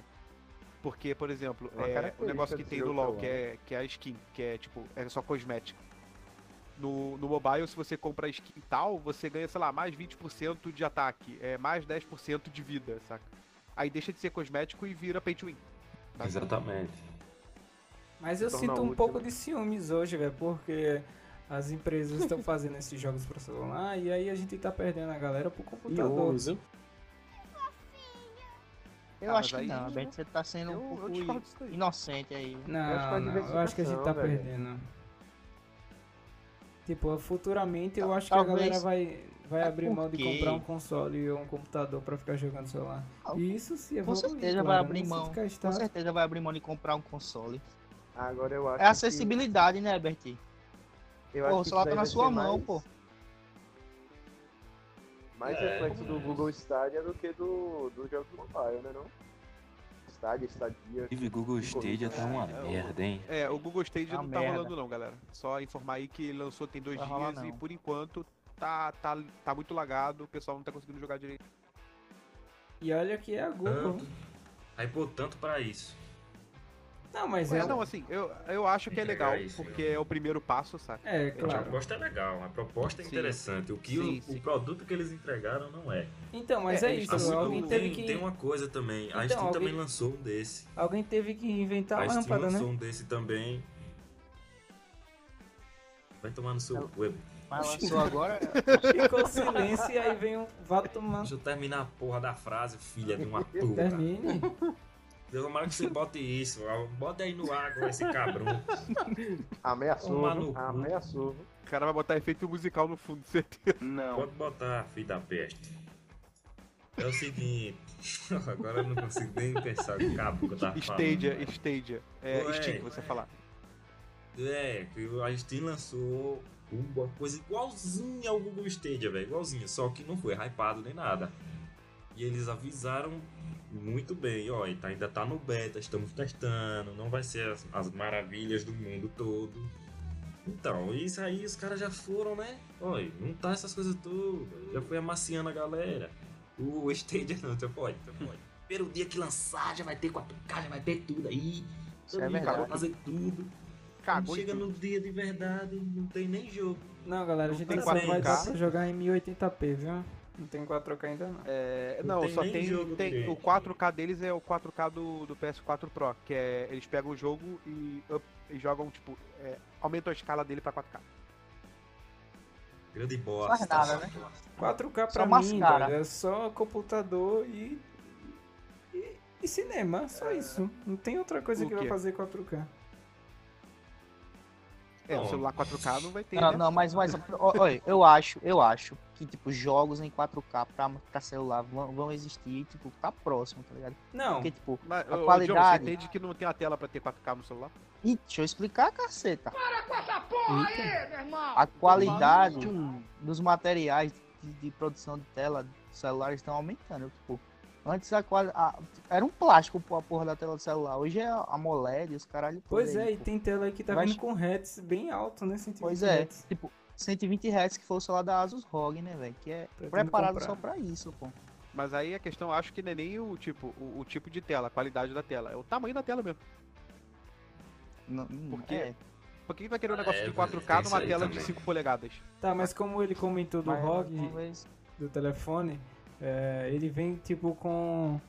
Porque, por exemplo,
É uma
é, o
característica
negócio que
do
tem no
jogo
LoL,
celular.
que
né?
é, que é a skin, que é tipo, é só cosmético. No, no mobile, se você compra a skin tal, você ganha, sei lá, mais 20% de ataque, é mais 10% de vida, saca? Aí deixa de ser cosmético e vira pay to win. tá
Exatamente.
Mas eu
Torna
sinto um
útil,
pouco
né?
de ciúmes hoje, velho, porque as empresas estão fazendo esses jogos pra celular Tá e aí a gente tá perdendo a galera pro
E
computador.
o uso.
Eu
Ah,
acho
mas
que
aí-
não, Beto, você tá sendo
Eu, eu
um
discordo
pouco
disso aí.
inocente aí.
Eu acho que é
Não, não, eu
diversificação,
acho que a gente tá
velho.
perdendo. Tipo, futuramente eu
Tal-
acho
talvez-
que a galera vai, vai
É
Mas
abrir
por
mão de
quê?
comprar um console ou um computador pra ficar jogando celular.
Ah,
E Isso se
Com
evoluir,
certeza
claro,
vai
né?
abrir
Se
mão.
ficar
Com
estável-
certeza vai abrir mão de comprar um console.
Agora eu acho
É acessibilidade, né, Berti?
que...
Pô,
Eu acho
o
que
celular
isso
tá
aí
na
vai
sua
ser
mão,
mais-
pô.
Mais
É,
reflexo do
mas-
Google Stadia do que do, do jogo mobile, né não? Stadia, Stadia...
Inclusive, Google Stadia tá uma
É, o-
merda, hein?
É, o Google Stage
Tá
não tá
merda.
rolando não, galera. Só informar aí que lançou tem dois
Vai rolar
dias e
não.
por enquanto tá, tá, tá muito lagado, o pessoal não tá conseguindo jogar direito.
E olha que é a Google.
Tanto. Hypou tanto pra isso.
Não, mas
É,
é.
não, assim, eu, eu acho que é
É,
legal,
é isso,
porque é o primeiro passo, sabe?
É,
A
claro.
proposta é legal, a proposta é
Sim.
interessante. O que
Sim,
o,
sim.
o produto que eles entregaram não é. Assim tipo,
Então, mas
É,
é,
eles
isso.
tão muito-
Alguém
tem,
teve, que,
tem uma coisa também. a
Então,
Steam
alguém-
também lançou um desse.
alguém teve que
Tá
inventar
a
a
Steam
lâmpada, né?
lançou um desse também. Vai tomar no seu
Tá.
web.
Mas lançou agora.
Ficou silêncio e aí vem um. Vá tomando.
Deixa eu terminar a porra da frase, filha de uma
(laughs)
puta.
Termine.
Tomara que você bote isso. ó. Bota aí no ar com esse cabrão.
Ameaçou,
Tomar no cu.
ameaçou.
O cara vai botar efeito musical no fundo,
Tá
certeza.
Pode botar, filho da peste. É o seguinte. (laughs) Agora eu não consigo nem pensar no cabo que eu tava falando.
Stadia,
velho.
Stadia. É,
Ué.
Steam, você falar.
É, que a Steam lançou uma coisa igualzinha ao Google Stadia, velho. Igualzinha, só que não foi hypado nem nada. E eles avisaram muito bem, ó, e tá- ainda tá no beta, estamos testando, não vai ser as, as maravilhas do mundo todo. Então, isso aí os caras já foram, né? Olha, não tá essas coisas todas. Já foi amaciando a galera. O Stadia não, então pode, então pode. Primeiro dia que lançar, já vai ter 4K, já vai ter tudo aí.
É
Todo mundo vai
verdade.
fazer tudo.
Cagou em
Chega
tudo.
no dia de verdade, não tem nem jogo.
Não, galera, a
Não
gente
tem
ainda não vai
4K.
dar pra jogar em 1080p, viu? Não tem 4K ainda não.
É,
Não
não,
tem
só
nem jogo
tem, tem-
direito.
O 4K deles é o 4K do, do PS4 Pro, que é. Eles pegam o jogo e, up- e jogam, tipo, é, aumentam a escala dele pra 4K.
Grande bosta.
Faz nada, né?
4K
Só
pra mim,
mascara.
velho, é só computador e, e, e cinema, só isso. Não tem outra coisa
O
que vai
quê?
fazer 4K.
É,
Bom.
o celular 4K não vai ter,
Não,
né?
não, mas, mas ó, olha, eu acho, eu acho que, tipo, jogos em 4K pra, pra celular vão, vão existir, tipo, tá próximo, tá ligado?
Não,
Porque, tipo,
Mas,
A
ô, ô, Diogo,
qualidade-
você entende que não tem a tela pra ter 4K no celular?
ih, deixa eu explicar, caceta.
eita,
A qualidade
um
dos materiais de, de produção de tela do celular estão aumentando. Tipo, antes a, quali- a- era um plástico pô, a porra da tela do celular. Hoje é a AMOLED, os caralho. tudo
pois é,
aí,
e
pô.
tem tela aí que tá
Mas-
vindo com hertz bem alto, né? 120
Pois é,
hertz.
tipo, 120 Hz que foi o celular da Asus ROG, né, velho? Que é
Pretendo
preparado
comprar.
só pra isso, pô.
Mas aí a questão, acho que não é nem o tipo, o, o tipo de tela, a qualidade da tela, é o tamanho da tela mesmo.
Não, não-
Por quê?
é.
Por que que vai querer um
Ah,
negócio
é,
de
tem
4K
isso
numa
aí
tela de
também.
5 polegadas?
Tá, mas como ele comentou do
Mas,
ROG,
talvez-
do telefone, é, ele vem tipo com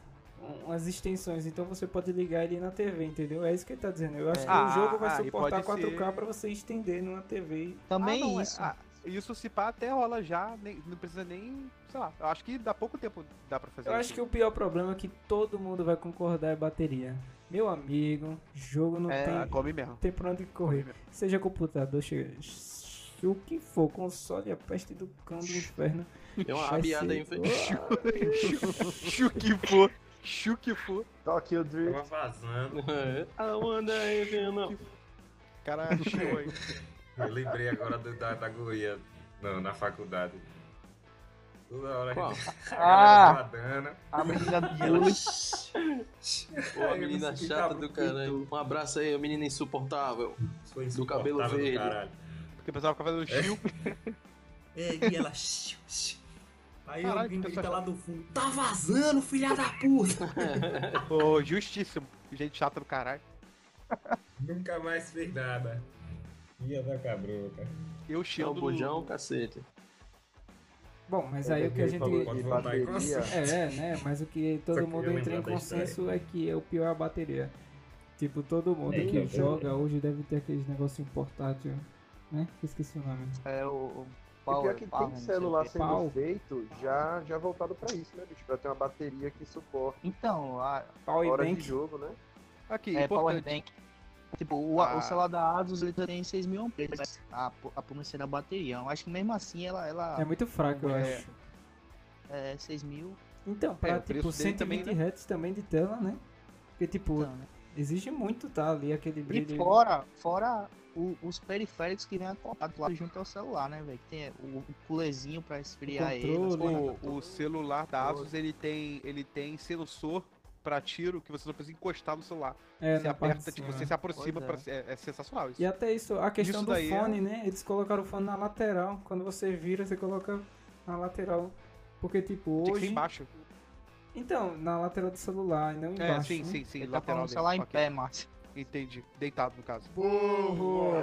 umas extensões, então você pode ligar ele na TV, entendeu? É isso que ele tá dizendo. Eu acho que o
Ah,
jogo vai
ah, e
suportar
pode
4K
ser.
pra você estender numa TV.
Também
Ah, não, é-
isso.
ah, isso se pá até rola já, nem- não precisa nem, sei lá, eu acho que dá pouco tempo dá pra fazer
Eu
isso.
acho que o pior problema é que todo mundo vai concordar é bateria. Meu amigo, jogo não
É,
Ah,
tem,
come mesmo.
tem pra onde correr. Seja computador, che- o que for, console, é a peste do cão do inferno.
É
Tem É uma
Vai
rabiada
ser-
aí, (laughs) foi.
(laughs)
Chukifu, Chukifu.
Tokyo Drift.
Tava vazando.
A onda Ah, aí, Fernão.
Cara, achou, hein?
Eu lembrei agora do- da, da guria não, na faculdade. Toda hora
Qual?
que a
Ah!
galera zoadana.
A menina do
E
(laughs)
ela-
Pô, a
Aí
menina
você
chata
fica
do caralho. Um abraço aí, a menina insuportável.
Foi
Do cabelo
insuportável do
verde.
caralho.
Porque o pessoal fica fazendo chiu.
É, e ela. Aí
Caralho,
alguém
que
grita
pessoa
lá do fundo: Tá vazando, filha da puta!
Ô, justíssimo. Gente chata do caralho.
Nunca mais fez nada. Ia da cabrão, cara.
Eu
Tinha
chiando.
um bujão, cacete.
Bom, mas aí o que É a gente.
Pode
De
voltar em
bateria.
consenso.
É, né? Mas o que todo
Só que
mundo
eu
entra em
lembrar da
consenso é que é o pior é a bateria. Tipo, todo mundo
É,
que
é.
joga hoje deve ter aqueles negocinho portátil, né? Esqueci o nome.
É o. o-
E pior
power,
que
power,
tem
não sei o
celular
quê.
sendo
Pau.
feito já, já voltado pra isso, né, bicho? Pra ter uma bateria que suporte
Então, a,
hora de
Powerbank.
jogo, né?
Aqui,
é power bank.
importante.
Tipo, o,
Ah.
o celular da Asus ele tem 6 mil amperes, mas a, po- a potência da bateria. Eu acho que mesmo assim ela, ela
É muito fraco, eu
É.
acho.
é 6 mil.
Então, pra
o
tipo
preço dele
120
também, né?
Hz também de tela, né? Porque, tipo,
Então, né?
exige muito, tá? Ali aquele brilho.
E fora, fora o- os periféricos que vem acoplado lá junto ao celular, né, velho? Que tem o, o culezinho pra esfriar ele. as
controle.
paradas
O, o
todas.
celular da Asus ele tem, ele tem sensor pra tiro que você só precisa encostar no celular.
é,
você
na parte
aperta,
de
tipo,
cima.
você se aproxima pra.
Pois
É, é sensacional isso.
E até isso, a questão
Isso
do
daí é-
fone, né? Eles colocaram o fone na lateral. Quando você vira, você coloca na lateral. Porque, tipo,
Tem que ser
hoje.
embaixo.
Então, na lateral do celular e não
É,
embaixo.
sim,
né?
sim, sim.
Ele tá falando
lateral dele.
celular em
Ok,
pé, Márcio.
Entendi. Deitado, no caso.
Burro!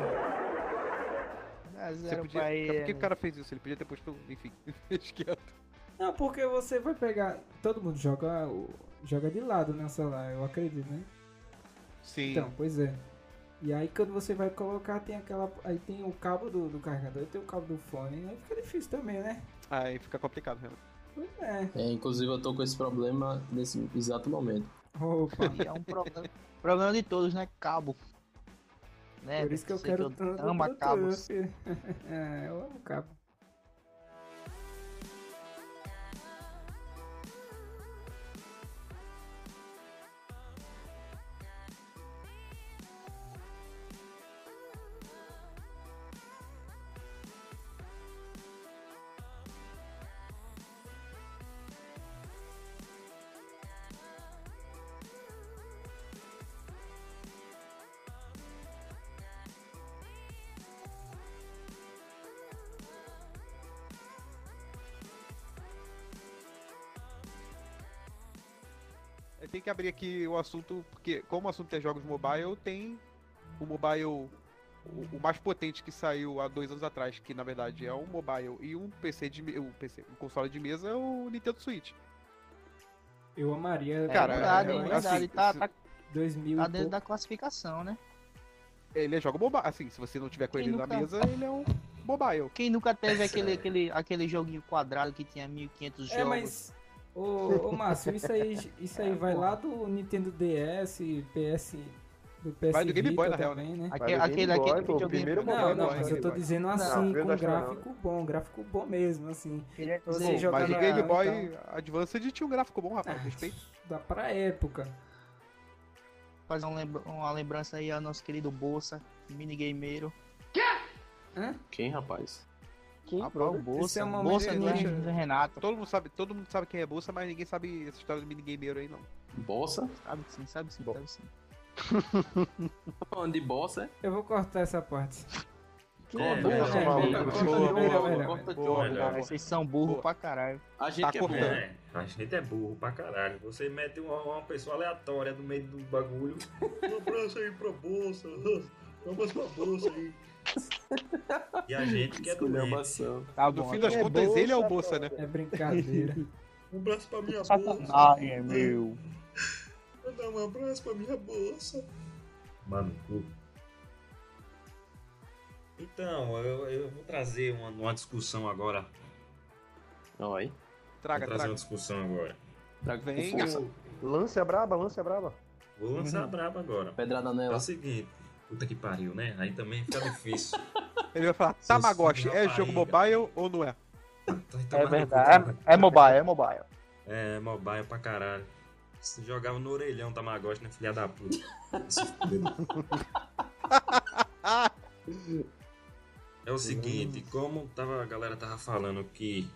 É,
Você
zero
podia...
pra
Por que
ele.
o cara fez isso? Ele podia ter posto. Enfim, (laughs) deixa quieto.
Não, porque você vai pegar. Todo mundo joga, o- joga de lado né, o celular, eu acredito, né?
Sim.
Então, pois é. E aí quando você vai colocar, tem aquela. Aí tem o cabo do, do carregador, tem o cabo do fone, aí fica difícil também, né?
Aí fica complicado, realmente.
Pois é.
É, inclusive eu tô com esse problema nesse exato momento.
Opa.
(laughs)
E é um problema, problema de todos, né? Cabo. Né?
É,
Por isso que eu
Sei
quero tanto
amo
Bluetooth.
cabos.
(laughs) é, eu amo cabo.
É, Tem que abrir aqui o assunto, porque como o assunto é jogos mobile, tem o mobile o, o mais potente que saiu há dois anos atrás, que na verdade é um mobile e um PC de me- um PC, um console de mesa é o Nintendo Switch.
Eu amaria. um
É
Cara,
verdade,
é,
é
assim,
verdade. tá,
se-
tá,
2000
tá
e
dentro
pouco.
da classificação, né?
Ele é jogo mobile, assim, se você não tiver com
Quem
ele na
nunca?
mesa, ele é um mobile.
Quem nunca teve aquele, aquele, aquele joguinho quadrado que tinha 1500
É,
jogos?
mas. Ô, ô Márcio, isso aí, isso (laughs) aí
É,
vai
porra.
lá do Nintendo DS, PS. Do PS
Vai do Game
Vita
Boy, na real, né?
também, né?
Aquele,
Mas o Game
aquele,
Boy,
aquele
pô, o
videogame.
primeiro
Não,
Não,
não,
não,
vai,
mas eu tô
vai.
dizendo
Não,
assim,
eu
com
acho que não.
gráfico bom, gráfico bom mesmo, assim.
Ele é
Você
bom,
joga
Mas o
na-
Game Boy
então.
Advance tinha um gráfico bom, rapaz,
Ah,
respeito.
Dá pra época.
fazer um lembra- uma lembrança aí ao nosso querido Bolsa, minigameiro.
Quem, rapaz?
Ah, bom.
Isso é uma
Bolsa do
homenagem,
do Renato.
Todo mundo sabe, todo mundo sabe quem é bolsa, mas ninguém sabe essa história do minigameiro aí não.
Bossa?
Sabe sim, sabe sim,
Bom.
sabe sim.
Tá falando de bossa, é?
Eu vou cortar essa parte.
Corta,
velho.
corta,
É,
maluco.
velho,
Corta,
boa,
João,
boa, velho.
corta,
Boa,
João.
boa,
velho.
Vocês são burros
Boa.
é pra caralho.
A gente
Tá
que é
cortando.
burro.
É, a gente é burro pra caralho. Você mete uma, uma pessoa aleatória no meio do bagulho. Uma braça aí pra bolsa. Vamos pra bolsa aí. E a gente que é doente.
Esculhambação.
Tá
Ah, No
bom.
fim
então.
das
é
contas, ele é o bolsa, né?
É brincadeira.
Um braço pra minha bolsa.
é
sacanagem, meu.
Dá um abraço pra minha bolsa. Mano, cu. Então, eu, eu vou trazer uma, uma discussão agora. Vou
Oi.
Traga,
trazer uma
traga.
discussão agora.
Traga com
Vem.
força.
Lance a braba, lance a braba.
Vou
Uhum.
lançar a braba agora.
Pedrada
É o
nela.
seguinte. Puta que pariu, né? Aí também fica
(laughs)
difícil.
Ele vai falar,
Sim,
Tamagotchi,
sim,
é
rapariga.
jogo mobile ou não é?
Então,
É verdade. É mobile, é mobile.
É, mobile pra caralho. Você jogava no orelhão Tamagotchi, né, filha da puta? Se fuder. é o seguinte, como tava, a galera tava falando que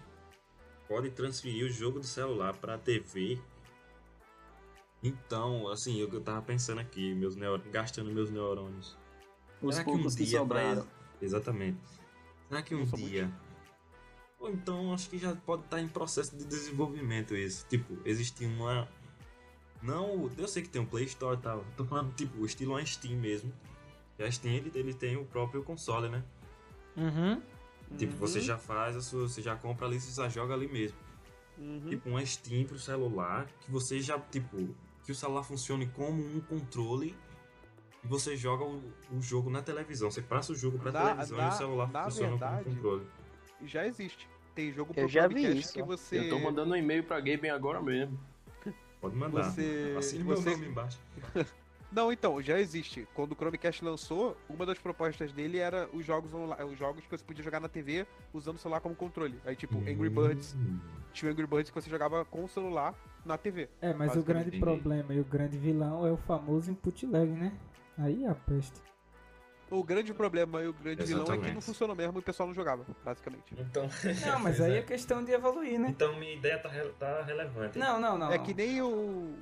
pode transferir o jogo do celular pra TV. Então, assim, eu, eu tava pensando aqui, meus neuro- gastando meus neurônios.
Os
Será que um
poucos que
dia
sobraram.
Exatamente. Será que um
Nossa, muito.
dia. Ou então acho que já pode estar em processo de desenvolvimento isso. Tipo, existir uma. Não, o- eu sei que tem um Play Store e tal. Tô falando, tipo, estilo uma Steam mesmo. E a Steam ele, ele tem o próprio console, né?
(laughs) Uhum.
Tipo, você
Uhum,
já faz a sua. Você já compra ali, você já joga ali mesmo.
uhum.
Tipo, uma Steam pro celular. Que você já, tipo. Que o celular funcione como um controle. E você joga o, o jogo na televisão. Você passa o jogo pra
Na-
televisão e
na-
o celular
na
funciona
verdade,
como um controle.
já existe. Tem jogo
Eu já vi
Chromecast
isso,
que
ó.
você.
Eu tô mandando um e-mail pra Gaben agora mesmo.
Pode mandar.
Você.
Assine meu
você...
nome embaixo.
Não, então, já existe. Quando o Chromecast lançou, uma das propostas dele era os jogos onla- os jogos que você podia jogar na TV usando o celular como controle. Aí, tipo, Angry Birds.
Uhum. Hum.
Tinha o Angry Birds que você jogava com o celular na TV.
É, mas o
Basicamente,
grande
entendi.
problema e o grande vilão é o famoso input lag, né? Aí é a peste.
O grande problema e o grande vilão é que não
Exatamente.
funcionou mesmo e o pessoal não jogava, basicamente.
Então,
Não, mas aí é questão de evoluir, né?
Então minha ideia tá, re- tá relevante.
Não, não, não.
É
não.
que nem o.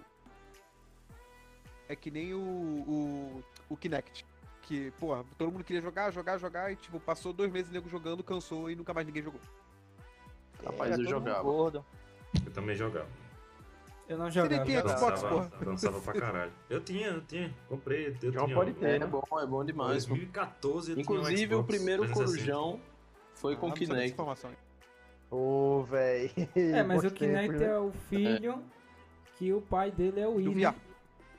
É que nem o. O, o Kinect. Que, porra, todo mundo queria jogar, jogar, jogar e, tipo, passou dois meses o nego jogando, cansou e nunca mais ninguém jogou. É,
Rapaz,
É
Era
tá
eu
todo mundo
jogava.
Gordo.
Eu também jogava.
Eu não
Você nem
jogava.
tem
jogava.
Xbox,
Dançava,
porra.
dançava pra caralho. Eu tinha, eu tinha. Comprei, eu
Já
tinha.
pode
um-
ter,
É
né?
bom, é bom demais. pô.
2014 eu
Inclusive,
tinha um
o
Xbox
primeiro
360.
corujão foi com
Ah, não sabia dessa
Kinect.
informação.
ô, véi.
(laughs) É, mas o
Bons tempos,
Kinect
né?
é o filho que o pai dele é o
Do
Wii, né?
VR.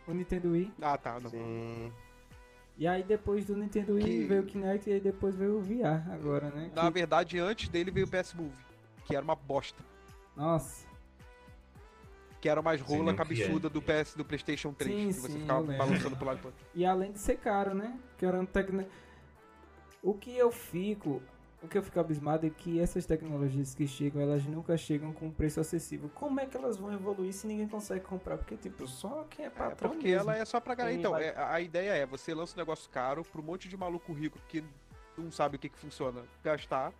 O Nintendo Wii.
Ah, tá. Não.
Sim.
E aí depois do Nintendo Wii
Que-
veio o Kinect e aí depois veio o VR agora, né?
Na
Que-
verdade, antes dele veio o PS Move, que era uma bosta.
Nossa.
Que era mais
Sei nem
rola
o que
cabeçuda
é.
do PS do Playstation 3,
Sim,
que
sim,
você
eu
ficava
lembro.
balançando pro lado e pro outro.
E além de ser caro, né? Que era um tecno... O que eu fico... O que eu fico abismado é que essas tecnologias que chegam, elas nunca chegam com um preço acessível. Como é que elas vão evoluir se ninguém consegue comprar? Porque, tipo, só quem é
É,
patrão
porque
mesmo.
ela é só pra galera.
Quem
Então,
vai-
é- a ideia é, você lança um negócio caro pra um monte de maluco rico que não sabe o que que funciona gastar.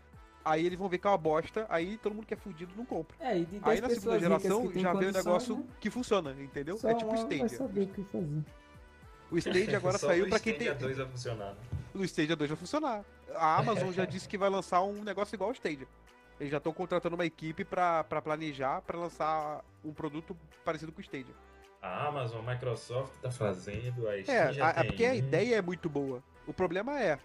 Aí eles vão ver que é uma bosta, aí todo mundo que é fudido não compra.
É, e de 10
Aí na segunda
pessoas ricas
geração
que têm
já veio o
condições,
negócio
né?
que funciona, entendeu?
Só
é tipo
uma vai (laughs)
Stadia.
saber o que fazer.
O Stadia agora
Só
saiu
no
pra quem tem.
Stadia 2 vai funcionar. né?
O Stadia 2 vai funcionar. A
(laughs)
Amazon já disse que vai lançar um negócio igual ao Stadia. Eles já estão contratando uma equipe pra pra planejar, pra lançar um produto parecido com o Stadia.
A Amazon, a Microsoft tá fazendo, a Steam
É,
já
a- é
tem
porque a
um.
ideia é muito boa. O problema é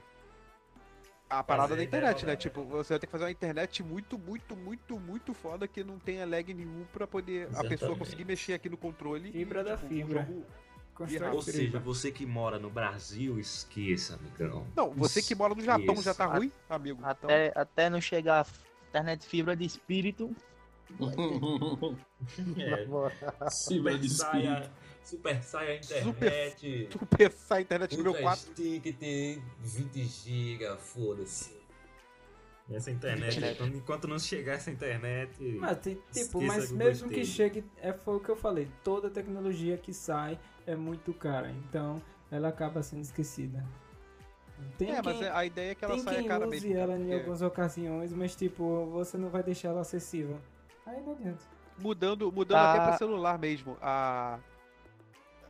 a parada
Fazer
da internet,
ideia,
né? Tipo, você vai ter que fazer uma internet muito, muito, muito, muito foda que não tenha lag nenhum pra poder a pessoa
Exatamente.
conseguir mexer aqui no controle.
Fibra da
o
fibra.
jogo- é
Constrói
Ou seja,
fibra.
você que mora no Brasil, esqueça, amigão.
Não, você que mora no Japão já tá
Isso.
ruim, amigo.
Até, até não chegar a f- internet fibra de espírito.
É,
(laughs) Cima de espírito.
saia, super saia a
Super-
internet.
Então, (laughs) tu pensar a internet nível
Ultra
4.
Stick tem 20 GB, foda-se. Essa internet,
né?
quando- enquanto não chegar essa internet.
Mas, ti- tipo,
Esqueça
mas
que
mesmo
gostei.
que chegue, é, foi o que eu falei, toda tecnologia que sai é muito cara, então ela acaba sendo esquecida. Tem
É,
quem,
mas a ideia é que ela
tem
saia
quem
cara
use
mesmo. cara,
ela em
porque
algumas ocasiões, mas tipo, você não vai deixar ela acessível. Aí não adianta.
Mudando, mudando
Ah.
até pra celular mesmo. A...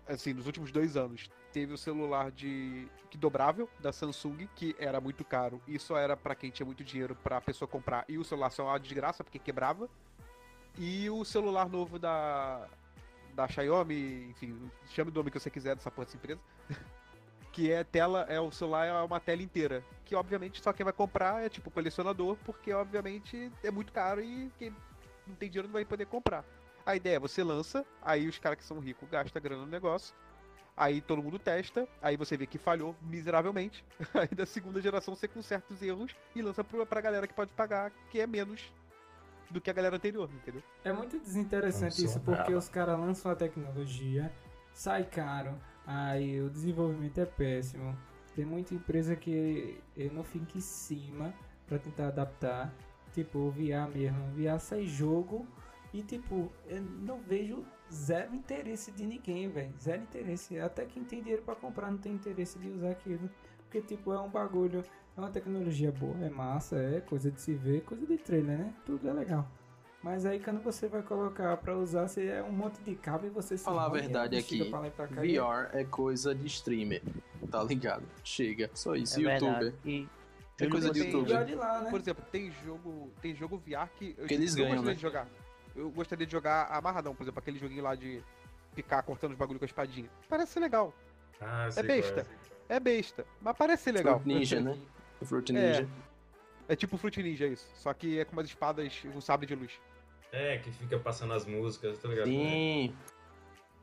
Assim, nos últimos dois anos, teve o celular de que dobrável da Samsung, que era muito caro e só era pra quem tinha muito dinheiro pra pessoa comprar. E o celular só é uma desgraça porque quebrava. E o celular novo da da Xiaomi, enfim, chame o nome que você quiser dessa porra dessa empresa. (laughs) Que é tela, é o celular é uma tela inteira. Que obviamente só quem vai comprar é tipo colecionador, porque obviamente é muito caro e quem não tem dinheiro não vai poder comprar. A ideia é você lança, aí os caras que são ricos gastam grana no negócio, aí todo mundo testa, aí você vê que falhou miseravelmente, (laughs) aí da segunda geração você conserta os erros e lança pro- pra galera que pode pagar, que é menos do que a galera anterior, entendeu?
É muito desinteressante
Não
isso,
sou
porque
nada.
os caras lançam a tecnologia, sai caro, aí o desenvolvimento é péssimo. Tem muita empresa que eu não fica em cima pra tentar adaptar. Tipo, o VR mesmo. O VR sai jogo e, tipo, eu não vejo zero interesse de ninguém, velho. Zero interesse. Até quem tem dinheiro pra comprar não tem interesse de usar aquilo. Porque, tipo, é um bagulho. É uma tecnologia boa, é massa, é coisa de se ver, coisa de trailer, né? Tudo é legal. Mas aí quando você vai colocar pra usar, você é um monte de cabo e você se
Falar a
enrola,
verdade
aí fica
aqui,
pra lá e
ah,
pra cá, e
VR é coisa de streamer. Tá ligado? Chega. Só isso.
É
Youtuber.
verdade. E
É coisa de
Tem-
E
youtuber.
olha lá, né?
Por exemplo, tem jogo, tem jogo VR que eu,
Que eles
eu
ganham,
gostaria
né?
de jogar. Eu gostaria de jogar amarradão, por exemplo, aquele joguinho lá de ficar cortando os bagulho com a espadinha. Parece ser legal.
Ah, eu sei
É
qual
besta. É besta, mas parece ser legal.
Fruit Ninja,
(laughs)
né? Fruit
É.
Ninja.
É tipo Fruit Ninja isso, só que é com umas espadas, um sabre de luz.
É, que fica passando as músicas, tá ligado?
Sim.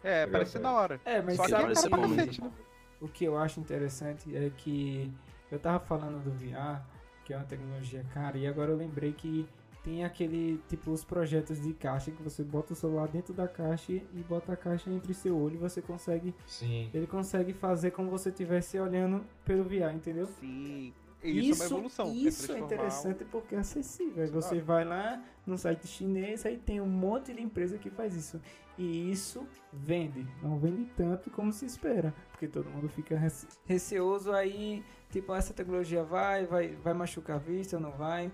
É,
Legal,
parece ser
cara.
da hora.
É, mas
Só que
sabe
é
parece
caro pra
bom mesmo.
cacete, né?
o que eu acho interessante é que eu tava falando do VR, que é uma tecnologia cara. E agora eu lembrei que tem aquele, tipo, os projetos de caixa que você bota o celular dentro da caixa e bota a caixa entre seu olho e você consegue.
Sim.
Ele consegue fazer como você estivesse olhando pelo VR, entendeu?
Sim. Isso, é uma evolução.
Isso é
transformar
interessante porque é acessível. Aí Você vai lá no site chinês, aí tem um monte de empresa que faz isso. E isso vende. Não vende tanto como se espera, porque todo mundo fica rece- receoso aí, tipo, essa tecnologia vai, vai, vai machucar a vista ou não vai.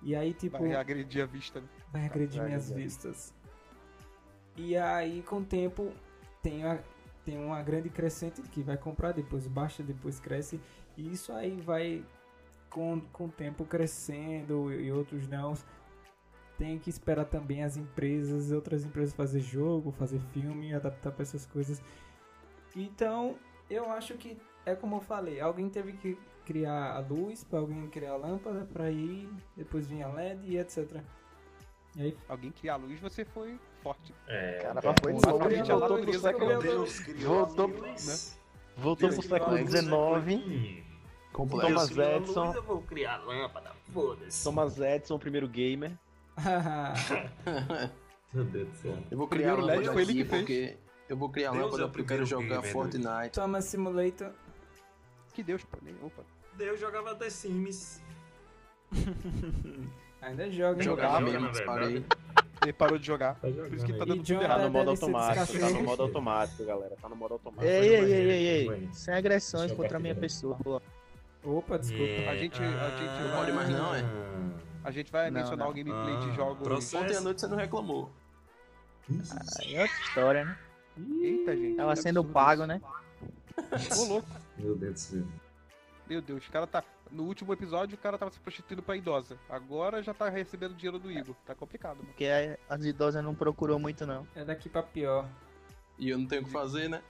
E aí, tipo,
Vai agredir a vista. né?
vai agredir
Vai
minhas
agredir.
vistas. E aí, com o tempo, tem, a, tem uma grande crescente que vai comprar, depois baixa, depois cresce. E isso aí vai, com, com o tempo, crescendo e outros não. Tem que esperar também as empresas, outras empresas fazer jogo, fazer filme, adaptar para essas coisas. Então, eu acho que é como eu falei, alguém teve que criar a luz, para alguém criar a lâmpada, para ir, depois vinha LED e etc. E aí
Alguém criar a luz, você foi forte.
É,
Cara,
bem,
foi
o
sobre-
né?
criador,
Basicamente, voltou pro
eu sou
século-
criador.
Deus criou
Voltou,
a luz.
né?
Voltou
Deus
pro
criou a
século
luz, Hum,
XIX, com
Deus
Thomas
criou a luz,
Edison.
Eu vou criar lâmpada, foda-se.
Thomas Edison, o primeiro gamer.
(laughs)
Meu Deus do céu.
Eu vou criar a
Primeiro LED
lâmpada
foi ele
aqui
que fez.
porque... Eu vou criar a
Deus é
lâmpada
o
porque eu quero
primeiro
jogar
gamer.
Fortnite.
Toma Simulator.
Que Deus, pô. nem- Opa.
Daí eu jogava The Sims.
Ainda joga.
Joga.
Jogar
hein?
Jogava,
mesmo,
na
disparei.
Ele parou de jogar.
Tá jogando
Por isso que tá
aí.
dando
E
tudo
John
Tá
errado.
da
no modo
DLC
automático, tá no
descascou.
modo
(laughs)
automático, galera. Tá no modo automático.
Ei, ei, ei, ei, ei.
Mano,
Sem agressões
Deixa eu
contra a
ver
minha
aqui, né?
pessoa.
Opa, desculpa.
A gente- a gente- Não
pode mais não, é?
A gente vai
Não,
mencionar
não.
o gameplay de
Ah,
jogos.
processo.
Ontem à noite você não reclamou.
Ah,
Aí é outra história, né?
Eita, gente.
Tava
que
sendo
absurdo
pago,
isso.
né?
Ô, louco.
Meu Deus do céu.
Meu Deus, o cara tá. No último episódio, o cara tava se prostituindo pra idosa. Agora já tá recebendo dinheiro do Igor. Tá complicado, mano.
Porque as idosas não procurou muito, não.
É daqui pra pior.
E eu não tenho o que fazer, né?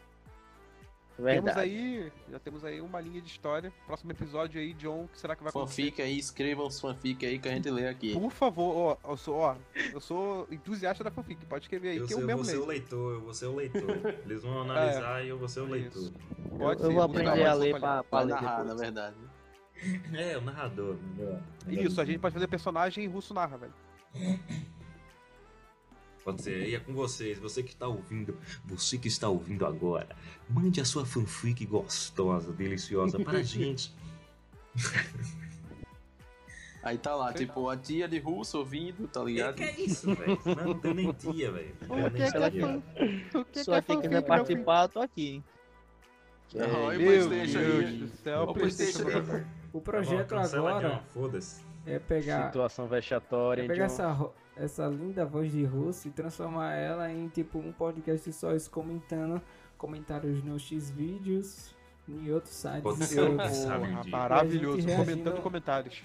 Temos
Verdade.
aí. Já temos aí uma linha de história. Próximo episódio aí, John, o que será que vai acontecer?
Fanfic aí, escrevam os fanfic aí que a gente lê aqui.
Por favor, ó, eu sou, ó, eu sou entusiasta da fanfic, pode escrever aí,
Eu,
que
sei,
eu
eu vou
mesmo
ser o
leio.
leitor, eu vou ser o leitor. Eles vão analisar e eu vou ser o
É
leitor.
Pode
Eu vou
ser, mudar,
aprender
mas
a
só
ler
pra
pra, pra
Pra
ler
narrar, na
depois.
verdade.
É, o narrador. né?
Isso, a gente pode fazer personagem e russo narra, velho.
Pode ser, e é com vocês, você que está ouvindo, você que está ouvindo agora, mande a sua fanfic gostosa, deliciosa para a gente.
Aí tá lá, tipo, a tia de russo ouvindo, tá
É,
ligado?
que é isso, velho? (laughs) Não, não tem nem tia, velho. Não
é
tem nem tia.
O
Se sua tia quiser participar, eu tô aqui.
Não, e
Meu
PlayStation
Deus
aí?
do céu,
O PlayStation aí?
O
Tá bom,
projeto
cancela,
agora
John, Foda-se.
é pegar,
Situação
é
vexatória, hein,
pegar
John?
essa, ro- essa linda voz de russo e transformar ela em tipo um podcast só isso comentando comentários nos X vídeos em outros sites.
Pode
e
ser,
outros.
pode ser.
Porra,
Sabe,
maravilhoso,
Gente,
comentando
né?
reagindo-
comentários.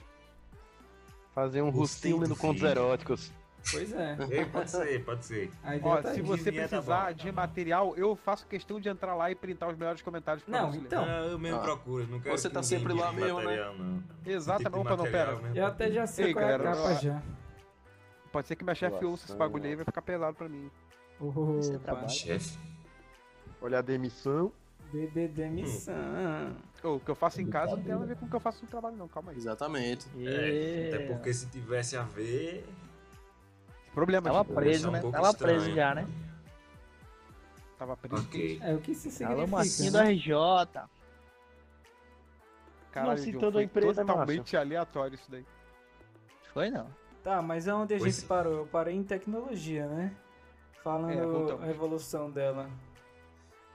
Fazer um
Gostei
russinho
do
lendo contos
vídeo.
eróticos.
Pois é.
Ei, pode ser, pode ser.
A ideia
Ó,
tá
se
aí.
você
Vinheta
precisar
boa.
de material, eu faço questão de entrar lá e printar os melhores comentários pra
Não,
você ler.
então.
Ah, eu mesmo
Ah.
procuro, não quero
Você
que
tá
ninguém
sempre
me
lá
dê
mesmo, né?
material, não.
Exatamente,
Tipo
opa, é não,
material
pera.
mesmo.
Eu até já sei
Ei,
qual é a
galera,
capa
ó.
já.
Pode ser que minha chefe
Nossa,
ouça esse bagulho aí e vai ficar pelado pra mim.
Isso é
Opa,
trabalho.
Chefe.
Olha a demissão.
DDD missão.
Ô, o que eu faço em casa não tem nada a ver com o que eu faço no trabalho, não, calma aí.
Exatamente.
É, até porque se tivesse a ver.
Problema,
Tava
gente.
preso,
Tá um
né?
pouco
Tava preso
estranho.
já, né?
Tava preso.
Ok.
É, o que isso
Alô, Marcinho
significa?
do
né?
RJ.
Caralho,
se
John,
toda
foi
empresa,
totalmente aleatório isso daí.
Foi não.
Tá, mas aonde a
Pois
gente
é.
parou? Eu parei em tecnologia, né?
É,
Falando
voltamos.
a evolução dela.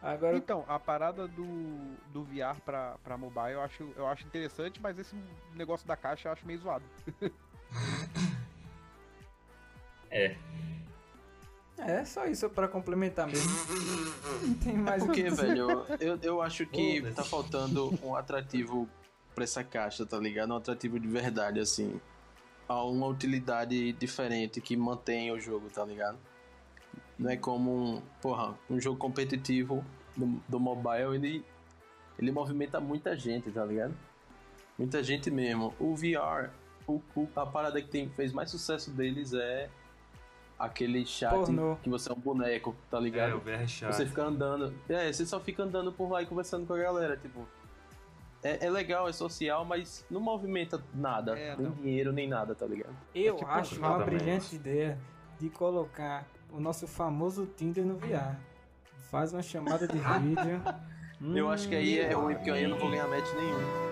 Agora eu
Então, a parada do, do VR pra, pra mobile eu acho, eu acho interessante, mas esse negócio da caixa eu acho meio zoado.
É, só isso pra complementar mesmo. (laughs) Não tem mais o
É Porque,
que dizer.
velho, eu, eu acho que
Foda-se.
tá faltando um atrativo pra essa caixa, tá ligado? Um atrativo de verdade, assim. Há uma utilidade diferente que mantém o jogo, tá ligado? Não é como um, porra, um jogo competitivo do, do mobile, ele, ele movimenta muita gente, tá ligado? Muita gente mesmo. O VR, o, o- a parada que tem, fez mais sucesso deles é aquele chat
Pornô.
que você é um boneco, tá ligado?
É, o VR é chato.
Você fica andando. É, você só fica andando por lá e conversando com a galera, tipo. É, é legal, é social, mas não movimenta nada.
É,
nem
não.
dinheiro, nem nada, tá ligado?
Eu
É tipo
acho
um
uma
Radamés.
brilhante ideia de colocar o nosso famoso Tinder no VR. Faz uma chamada de vídeo.
Eu acho que aí é
Hum.
ruim, porque aí eu não vou ganhar match
É
nenhum.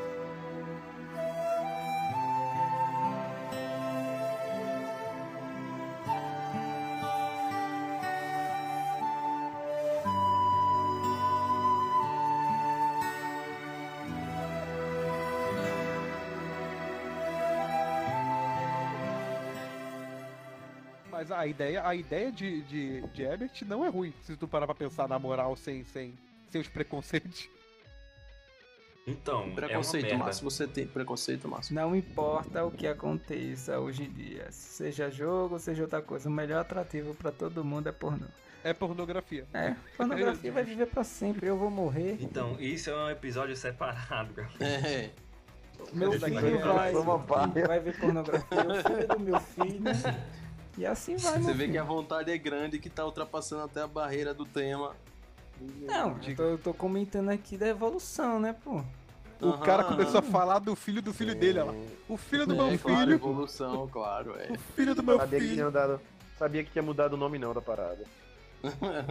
Mas a ideia, a ideia de, de, de Ebert não é ruim, se tu parar pra pensar na moral sem, sem, sem os preconceitos. (laughs)
Então,
Preconceito,
é uma merda.
Márcio. Você tem preconceito, Márcio.
Não importa o que aconteça hoje em dia, seja jogo, seja outra coisa, o melhor atrativo pra todo mundo é pornô.
É pornografia.
É, pornografia vai viver pra sempre, eu vou morrer.
Então, isso é um episódio separado, cara.
É,
Meu
Isso daqui
filho
é
vai,
uma baia.
vai ver pornografia, o filho é do meu filho. E assim vai,
você
meu
vê que
filho.
a vontade é grande, que tá ultrapassando até a barreira do tema. um
Não, eu tô, eu tô comentando aqui da evolução, né, pô?
O
Aham,
cara
aham.
começou a falar do filho do filho dele, olha lá. O filho do meu
É, claro,
filho,
evolução, claro, é.
o filho do meu
Sabia que
filho.
tinha mudado, sabia que tinha mudado o nome não da parada.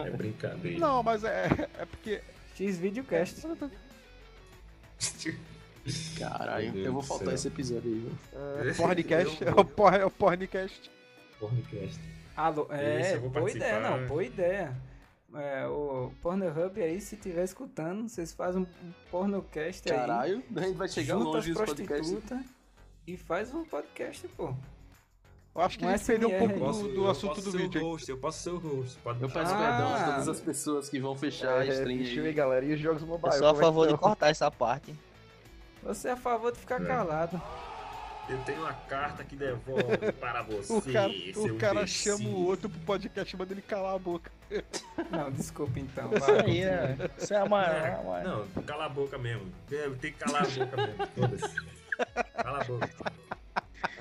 É brincadeira.
Não, mas é, (laughs) é porque.
X
É,
videocast.
Meu
Caralho,
Deus
eu vou
do
faltar
céu.
esse episódio aí, viu?
(laughs)
Porncast é o, por, é o porncast.
Porncast.
Alô,
Esse
é,
eu vou
boa ideia,
participar.
não, boa ideia. É, o Pornhub aí, se tiver escutando, vocês fazem um pornocast aí.
Caralho, a gente vai chegar
junta
longe
as
nesse podcast.
prostitutas e faz um podcast, pô.
Eu acho que
Um
a gente perdeu um
SMR.
Eu
pouco
posso-
do,
eu
do assunto
posso
do
ser um o
vídeo. hein?
host, eu posso ser o host. Pode
Eu peço
Ah.
perdão a todas as pessoas que vão fechar a
É,
stream
assistiu
aí.
aí, galera. E os jogos mobile?
Eu sou a
como é que
favor de
estão?
cortar essa parte.
Você é a favor de ficar calado.
Eu tenho uma carta que devolve para você.
O cara,
seu
o cara
imbecil.
chama o outro pro podcast, manda ele calar a boca.
Não, desculpa então.
Isso
vai.
aí, né? Isso é amarelo, mano.
Não, cala a boca mesmo. Eu tenho que calar a boca mesmo. Foda-se. Cala a boca.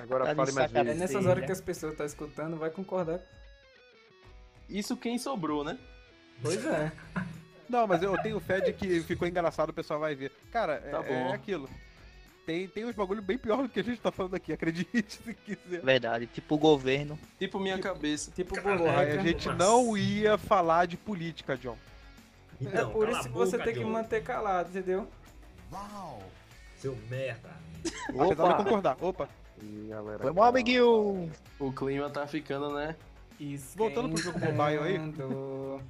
Agora
Tá de
fale mais
sacanagem.
É
vezes.
nessas
Sim,
horas
né?
que as pessoas estão escutando, vai concordar.
Isso quem sobrou, né?
Pois é.
Não, mas eu tenho fé de que ficou engraçado, o pessoal vai ver. Cara, é-
Tá
é,
bom.
aquilo. Tem, tem uns bagulho bem pior do que a gente tá falando aqui, acredite se quiser.
Verdade, tipo o governo.
Tipo minha cabeça.
Tipo
Aí a
boneca.
gente não ia falar de política, John.
É
Então,
por
cala
isso que
a
você
boca,
tem que
John,
manter calado, entendeu?
Seu merda.
Apesar de eu concordar. Opa,
Ih, galera, tá
Foi bom,
calma.
amiguinho.
O clima tá ficando, né?
Isso.
Voltando pro
tá
jogo mobile aí.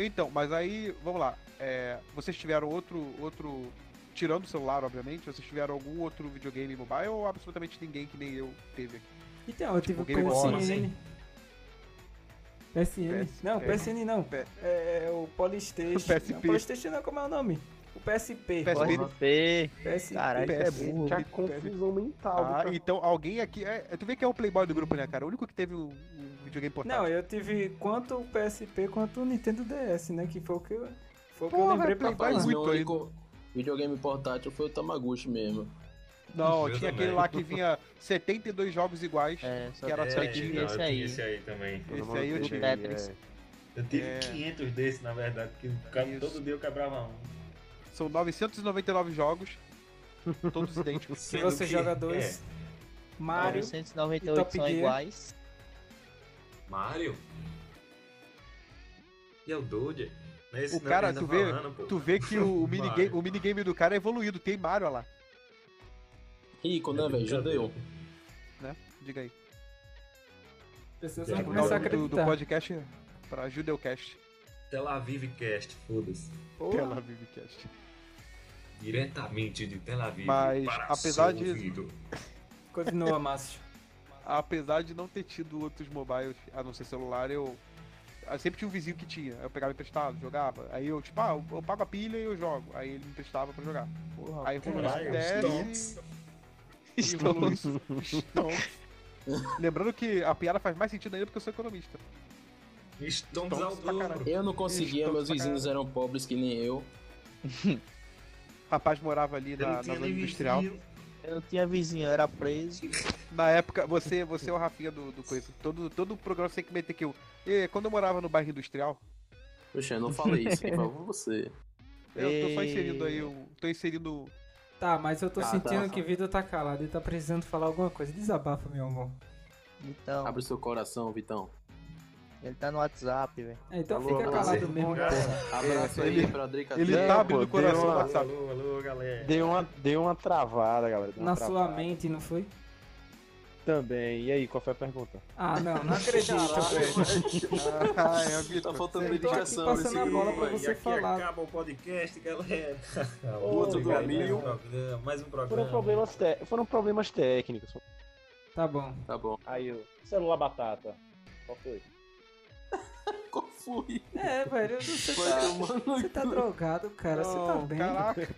então, mas aí, vamos lá. É, vocês tiveram outro, outro. Tirando o celular, obviamente, vocês tiveram algum outro videogame mobile ou absolutamente ninguém que nem eu teve aqui?
Então, eu tive
Tipo Game
o
Boy,
PSN. PSN.
PS-
Não,
PS-
PSN não.
P-
É, é o
(laughs)
Polystation.
PSP.
Não, Polystation não, como é o nome? O PSP.
PSP.
Porra, Fê.
PSP.
Caralho, isso é
PS.
burro.
Tinha confusão mental.
Ah, então alguém aqui. é, tu vê que é o Playboy do grupo, né, cara? O único que teve um, um videogame portátil.
Não, eu tive quanto o PSP quanto o Nintendo DS, né? Que foi o que eu, foi o que eu
Porra,
lembrei pra
Playboy
falar.
Mas
muito
meu
aí.
único videogame portátil foi o Tamaguchi mesmo.
Não,
Eu
tinha
também.
aquele lá que vinha 72 jogos iguais.
É, só
Que era
que
só
só
É,
de-
tive
não,
esse
eu
aí.
tinha Esse aí também.
Todo
esse
mundo
aí eu
teve,
tive. Tetris.
é.
Eu tive
É.
500 desses, na verdade, porque o cara-
Isso.
todo dia eu quebrava um.
São 999 jogos. Todos
(laughs)
idênticos.
Se
Sendo
você
que-
joga dois,
é,
Mario,
998
Top
são
Gear.
iguais.
Mario? E é o Dodge? Não é esse
O
não
cara,
que a
tu
gente tá
vê,
falando, pô.
tu vê que o, o minigame,
Mario.
o minigame do cara é evoluído. Tem Mario lá.
Rico, né, velho? Judeu.
Diga aí.
as pessoas
É,
vão
o
começar a
do, do, do
acreditar.
podcast pra Judeucast.
Tel Aviv Cast, foda-se.
Porra.
Tel Avivcast.
Diretamente de Tel Aviv.
Mas,
para
apesar
seu
de-
ouvido.
Continua, Márcio.
Apesar de não ter tido outros mobiles, a não ser celular, eu. eu sempre tinha um vizinho que tinha. Eu pegava emprestado, jogava. Aí eu, tipo, ah, eu- eu pago a pilha e eu jogo. Aí ele me emprestava pra jogar.
Porra,
Aí rolou
Caralho,
isso
Stonks.
desce. (laughs) e rolou isso.
(laughs)
Stonks. Lembrando que a piada faz mais sentido ainda porque eu sou economista.
Stonks ao
Stonks pra
dobro.
caralho.
Eu não conseguia,
Estou
meus
pra
vizinhos eram pobres que nem eu.
O rapaz morava ali
Eu não
na, na
tinha
zona
nem
industrial.
vizinho.
Eu não tinha vizinho, eu era preso.
Na época, você, você é o Rafinha do, do coisa. Todo, todo programa você tem que meter que eu. E, quando eu morava no bairro industrial,
(laughs) Poxa, eu não falei isso, por favor, você.
eu tô só
Ei.
inserindo aí. Eu tô inserindo
Tá, mas eu tô
Ah, tá.
sentindo que Vitor tá calado e tá precisando falar alguma coisa. Desabafa, meu amor.
Então,
Abre o seu coração, Vitão.
ele tá no WhatsApp, velho.
É, então
Alô,
fica
alô,
calado
Zé.
mesmo.
Cara,
Abraço
ele-
aí pra Adri
Ele
Cadê?
tá abrindo
pô,
o coração
deu
do
uma-
(laughs)
WhatsApp.
Alô, alô, galera.
Deu uma, deu uma travada, galera. deu uma
Na sua
travada.
mente, não foi?
Também. E aí, qual foi a pergunta?
Ah, não, não acredito, velho.
(laughs)
Ah, é,
Tá
Vitor.
faltando
Eu tô aqui
dedicação
passando
nesse
a bola
grupo
pra
aí.
você falar.
acaba o podcast, galera.
Outro
Obrigado,
Danilo.
Mais um programa. Mais um programa.
Foram problemas, te- foram problemas técnicos.
Tá bom.
Tá bom.
Aí, o celular batata. Qual foi?
Qual foi?
É, velho, você
Foi
tá,
tomando
você tá drogado, cara. Você tá bem.
Caraca.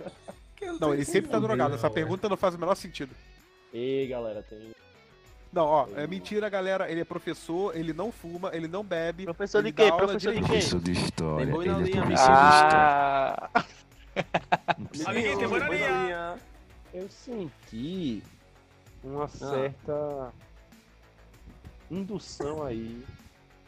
Que eu
Não,
tô
ele sempre tá
entendendo.
drogado. Essa
Não, é.
pergunta não faz o menor sentido.
Ei, galera, tem.
Não, ó, é mentira, galera. Ele é professor, ele não fuma, ele não bebe.
Professor de
ele dá
quê?
aula
Professor de quê?
direitinho.
de história.
Tem boi na linha, bicho.
Ah!
Amiguinho, tem boi na
Boi na
linha.
linha.
Eu senti uma certa indução aí,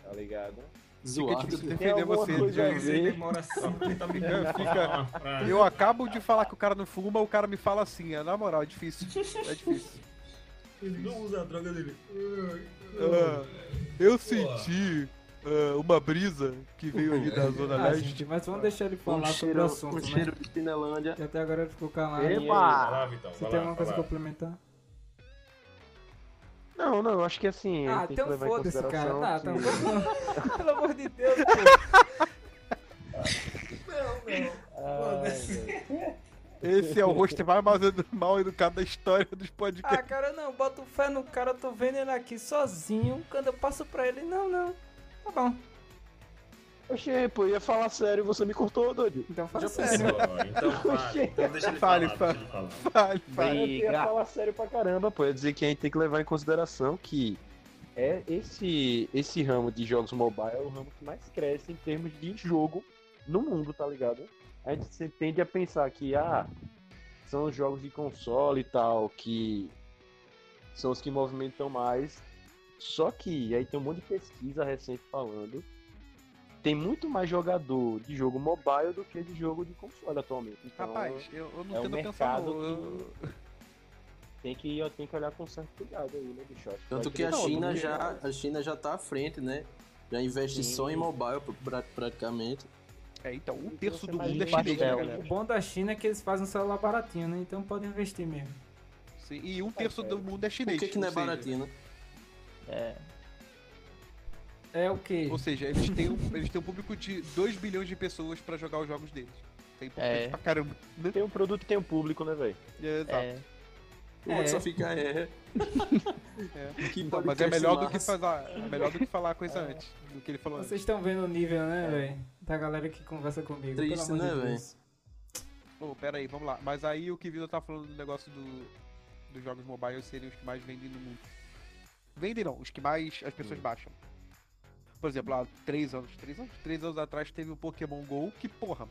tá ligado?
Zoar.
Fica difícil
Tem
defender
alguma
você.
coisa a
Jair.
(laughs) Ele
ver.
demora 50 minutos pra
Fica-
falar uma frase.
Eu acabo de falar que o cara não fuma, o cara me fala assim. É, na moral, é difícil. É difícil.
Ele não usa a droga dele.
Ah, eu senti ah, uma brisa que veio ali da Zona
Ah,
Leste.
gente, mas vamos deixar ele falar
Um
sobre o
cheiro,
assunto,
um
né?
cheiro de Finelândia.
Que até agora ele ficou calado.
Vai
Epa!
lá, Vitão.
Você
Vai
tem
lá,
alguma coisa a
vai lá.
complementar?
Não, não, eu acho que assim.
Ah,
tem que
então
levar em
foda-se, cara.
consideração
Não,
que-
então
(laughs)
vamos- (laughs) Pelo amor de Deus, pô.
Esse é o rosto mais mal, mal educado da história dos podcasts.
Ah, cara, não. Bota o fé no cara. Eu tô vendo ele aqui sozinho. Quando eu passo pra ele, não, não. Tá bom.
Oxê, pô, eu ia falar sério, você me cortou, Dodi.
Então fala
Ó,
sério.
Então fale. Então deixa ele
Fale,
falar,
fale.
deixa ele falar.
Fale, fale.
Eu ia
Briga.
falar sério pra caramba, pô. Eu ia dizer que a gente tem que levar em consideração que é esse, esse ramo de jogos mobile é o ramo que mais cresce em termos de jogo no mundo, tá ligado? A gente se- tende a pensar que, ah, são os jogos de console e tal, que são os que movimentam mais. Só que aí tem um monte de pesquisa recente falando. Tem muito mais jogador de jogo mobile do que de jogo de console atualmente.
(laughs)
Então,
Rapaz, eu, eu não
é um
tento pensar
mercado
não. Eu-
tem que, eu tenho que olhar com certo cuidado aí, né, bicho? Acho
Tanto
vai
que a
crescer.
China
Não,
já, a China já tá à frente, né? Já investe
Sim.
só em mobile pra- praticamente.
É, então, um terço do
Mas
mundo é
um
chinês. né,
pastel, né?
galera?
O bom da China é que eles fazem um celular baratinho, né? Então podem investir mesmo.
Sim, e um terço do mundo é
Por
chinês.
que, que não é
ou seja-
baratinho, né?
É o quê?
Ou seja, eles têm, um, eles têm um público de 2 bilhões de pessoas pra jogar os jogos deles. Isso é importante
É.
pra caramba. né?
Tem um produto e tem um público, né, velho?
É, Exato.
É.
O
É.
outro só fica é. Que
Então, mas é
podcast
melhor do, que
massa.
falar, é melhor do que falar a coisa antes do que ele falou antes.
Vocês estão vendo o nível,
É.
né, velho? Da galera que conversa comigo.
Triste,
pelo amor
né,
de Deus.
Pô, pera aí, vamos lá. Mas aí o que Vitor tá falando do negócio do, dos jogos mobile seriam os que mais vendem no mundo. Hum. Vendem não, os que mais as pessoas baixam. Por exemplo, há três anos, três anos, três anos atrás teve o Pokémon GO, que porra.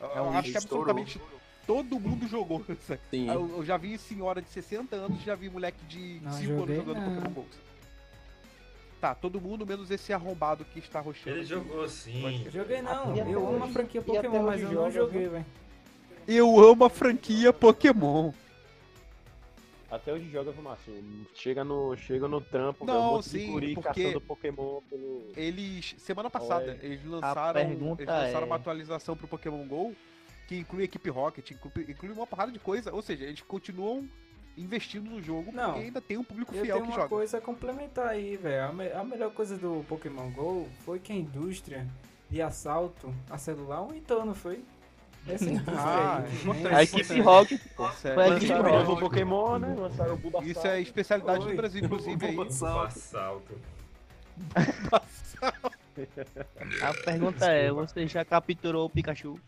É um
eu acho que
estourou.
absolutamente todo mundo (laughs) jogou. sabe?
Sim.
Eu, eu já vi senhora de 60 anos, já vi moleque de
Não,
5 anos
joguei
jogando
não.
Pokémon GO. Tá, todo mundo menos esse arrombado que está roxando.
Ele
aqui.
jogou sim.
Joguei não.
E até
Eu amo a
hoje-
franquia
e
Pokémon,
até
um
mas
hoje
eu não
joga,
joguei, velho.
Eu amo a franquia Pokémon.
Até hoje joga fumaça. Chega no, chega no trampo,
Não,
vê um monte de
sim,
guri
porque-
caçando Pokémon pelo.
Eles, semana passada, eles lançaram,
pergunta
eles lançaram
é-
uma atualização pro Pokémon GO, que inclui a equipe Rocket, inclui, inclui uma porrada de coisa, ou seja, eles continuam investindo no jogo,
Não.
porque ainda tem um público
Eu
fiel
tenho
que
uma
joga.
coisa a complementar aí, velho. A, me- a melhor coisa do Pokémon GO foi que a indústria de assalto a celular aumentou, não
(laughs)
foi? Essa indústria
Ah,
aí,
é.
né?
A equipe Rocket. Foi a equipe
Lançaram o
Rocket.
novo Pokémon, né? Lançaram o Bulbasaur.
Isso é especialidade
Oi.
do Brasil,
(laughs)
inclusive, aí.
Salto.
Assalto.
A pergunta é, você já capturou o Pikachu?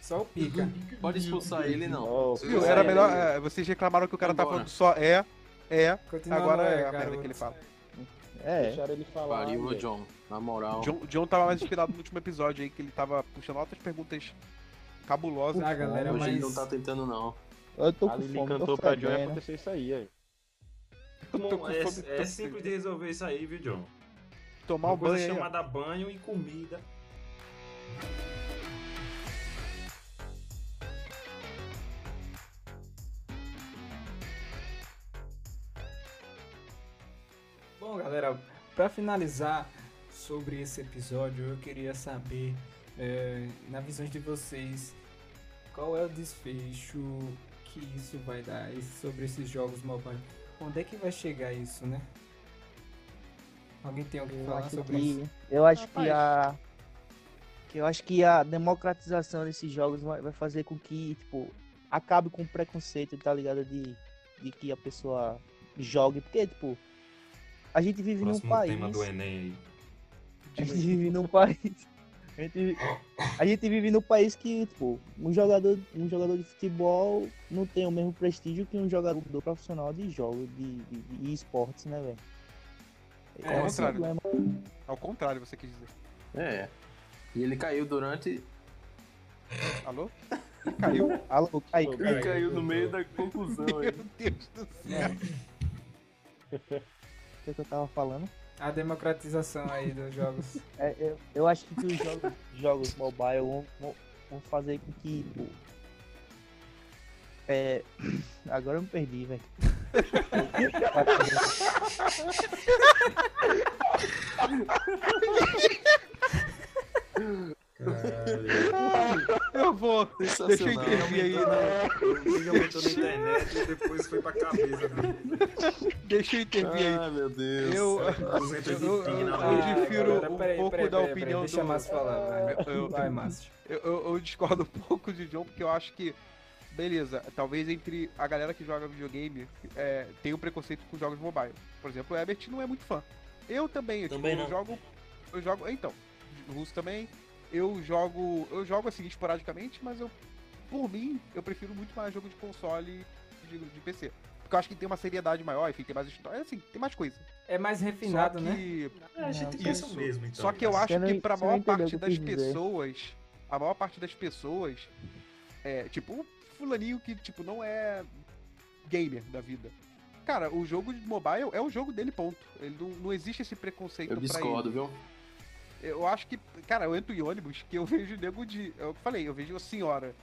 Só o Pica.
Pode expulsar ele, não.
Ó,
Viu?
pô,
Era
é,
melhor,
né?
é, vocês reclamaram que o cara tá
Vambora.
falando só é, é,
Continua
agora
não,
é a
garoto.
merda que ele fala.
É.
Deixaram ele falar.
Pariu, ô
velho.
John. Na moral.
John, John tava mais inspirado no último episódio aí, que ele tava puxando altas perguntas cabulosas.
Ah, galera,
hoje
mas...
ele não tá tentando, não.
Eu tô
A
com
Lili
fome,
cantou
tô
pra John é e
fedendo.
aconteceu isso aí, aí.
tô com
Bom, é,
fome, tô
é
com
simples de resolver isso aí, viu, John?
Tomar
Uma
um
coisa
banho aí, ó.
chamada banho e comida.
Então, galera, para finalizar sobre esse episódio, eu queria saber, é, na visão de vocês, qual é o desfecho que isso vai dar esse- sobre esses jogos mobile? Onde é que vai chegar isso, né? Alguém tem alguém
Eu
falar
acho
sobre isso?
que, eu acho que a que eu acho que a democratização desses jogos vai vai fazer com que, tipo, acabe com o preconceito, tá ligado? De, de que a pessoa jogue. Porque, tipo, a gente
um
vive num
Próximo
país.
tema do Enem aí.
A gente vive num país. A gente, vi- a gente vive num país que, tipo, um jogador, um jogador de futebol não tem o mesmo prestígio que um jogador profissional de jogo, de, de, de esportes, né, velho?
É,
um
ao
contrário.
problema.
Ao contrário, você quis dizer.
É. E ele caiu durante.
Alô? Ih, Caiu.
Alô, Kaique.
Ele caiu no meio da conclusão é aí.
Meu Deus do céu.
o que, é que eu tava falando?
A democratização aí dos (laughs) jogos.
É, eu, eu acho que os jogos, (laughs) jogos mobile vão, vão- vão fazer com que. Pô, é. (clears throat) Agora eu me perdi, (laughs) velho.
Eu vou. (laughs) Deixa eu
Sensacional.
intervir aí. né? na-
O Liga aumentou na internet e depois foi pra cabeça. né?
Deixa eu intervir aí.
Ah, meu Deus.
Eu,
200 e
Eu-
ping na rua.
eu- eu- prefiro um pouco da opinião
Deixa
do-
Márcio falar, vai.
Eu- eu-
Vai, Márcio.
eu, eu- eu discordo um (laughs) pouco de John, porque eu acho que. Beleza, talvez entre a galera que joga videogame é, tem um preconceito com jogos mobile. Por exemplo, o Herbert não é muito fã. Eu também, eu, tipo,
Também
eu
não.
jogo. Eu jogo. Então, o Russo também. Eu jogo. Eu jogo assim esporadicamente, mas eu. Por mim, eu prefiro muito mais jogo de console de, de PC. Porque eu acho que tem uma seriedade maior, enfim, tem mais história, assim, tem mais coisa.
É mais refinado,
Só
né?
que-
Ah, a gente
Não,
pensa
isso.
mesmo, então.
Só que eu acho
não-
que pra
você não
maior
entendeu o que
parte
eu
das
quis dizer.
pessoas, a maior parte das pessoas é, tipo, o fulaninho que, tipo, não é gamer da vida. Cara, o jogo de mobile é o jogo dele, ponto. Ele não, não existe esse preconceito
Eu
pra
discordo, viu?
ele. Eu acho que, cara, eu entro em ônibus que eu (laughs) vejo nego de. Eu falei, eu vejo a senhora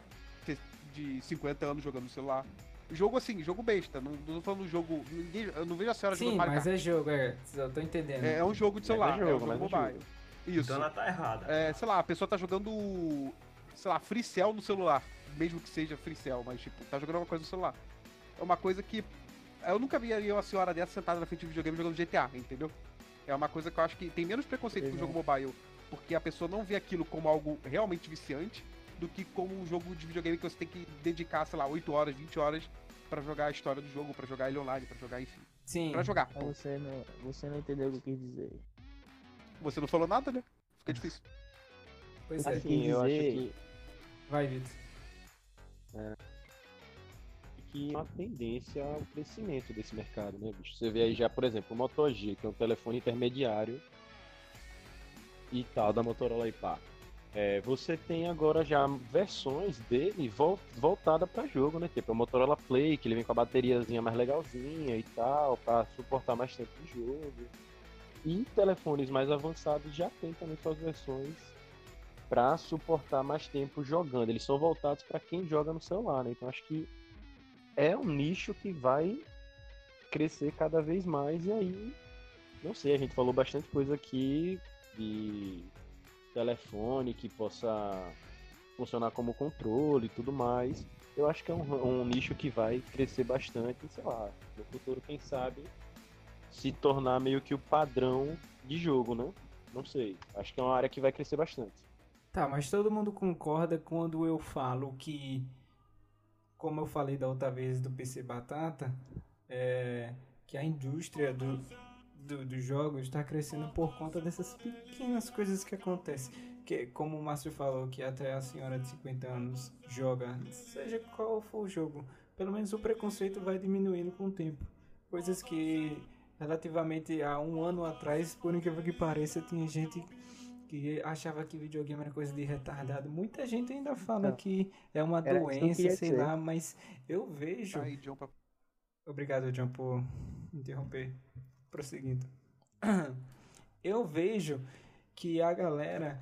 de 50 anos jogando no celular. Jogo assim, jogo besta. Não, não tô falando jogo. Ninguém, eu não vejo a senhora
Sim,
jogando Mario
mas
Kart.
é jogo, é. Eu tô entendendo.
É, é um jogo de celular,
Mas é
é,
jogo,
um jogo
mas é jogo.
mobile. Isso.
Então ela tá errada.
É, sei lá, a pessoa tá jogando, sei lá, Free Cell no celular. Mesmo que seja Free Cell, mas tipo, tá jogando alguma coisa no celular. É uma coisa que. Eu nunca vi uma senhora dessa sentada na frente de um videogame jogando GTA, entendeu? É uma coisa que eu acho que tem menos preconceito com o jogo mobile, porque a pessoa não vê aquilo como algo realmente viciante do que como um jogo de videogame que você tem que dedicar, sei lá, 8 horas, 20 horas pra jogar a história do jogo, pra jogar ele online, pra jogar, enfim.
Sim.
Pra jogar.
Mas Você não, você não entendeu o que eu quis dizer.
Você não falou nada, né? Fica difícil.
Pois
Acho
é.
que-
Sim, Assim, eu acho
dizer-
que,
Vai, Vitor.
que é uma tendência ao crescimento desse mercado, né, bicho? Você vê aí já, por exemplo, o Moto G, que é um telefone intermediário e tal, da Motorola e pá. É, você tem agora já versões dele vol voltada para jogo, né? Tipo, é o Motorola Play, que ele vem com a bateriazinha mais legalzinha e tal, para suportar mais tempo de jogo. E telefones mais avançados já tem também suas versões para suportar mais tempo jogando. Eles são voltados para quem joga no celular, né? Então acho que é um nicho que vai crescer cada vez mais e aí não sei, a gente falou bastante coisa aqui de telefone que possa funcionar como controle e tudo mais. Eu acho que é um, um nicho que vai crescer bastante, sei lá, no futuro, quem sabe, se tornar meio que o padrão de jogo, né? Não sei. Acho que é uma área que vai crescer bastante.
Tá, mas todo mundo concorda quando eu falo que, como eu falei da outra vez do PC Batata, é, que a indústria do, do- dos jogos está crescendo por conta dessas pequenas coisas que acontecem. Que, como o Márcio falou, que até a senhora de 50 anos joga, seja qual for o jogo, pelo menos o preconceito vai diminuindo com o tempo. Coisas que relativamente a um ano atrás, por incrível que pareça, tinha gente que achava que videogame era coisa de retardado. Muita gente ainda fala
Não.
que é uma
Era isso que eu
doença, sei
queria dizer.
lá, mas eu vejo.
Tá aí, John, pra
Obrigado, John, por interromper. Prosseguindo. (clears throat) Eu vejo que a galera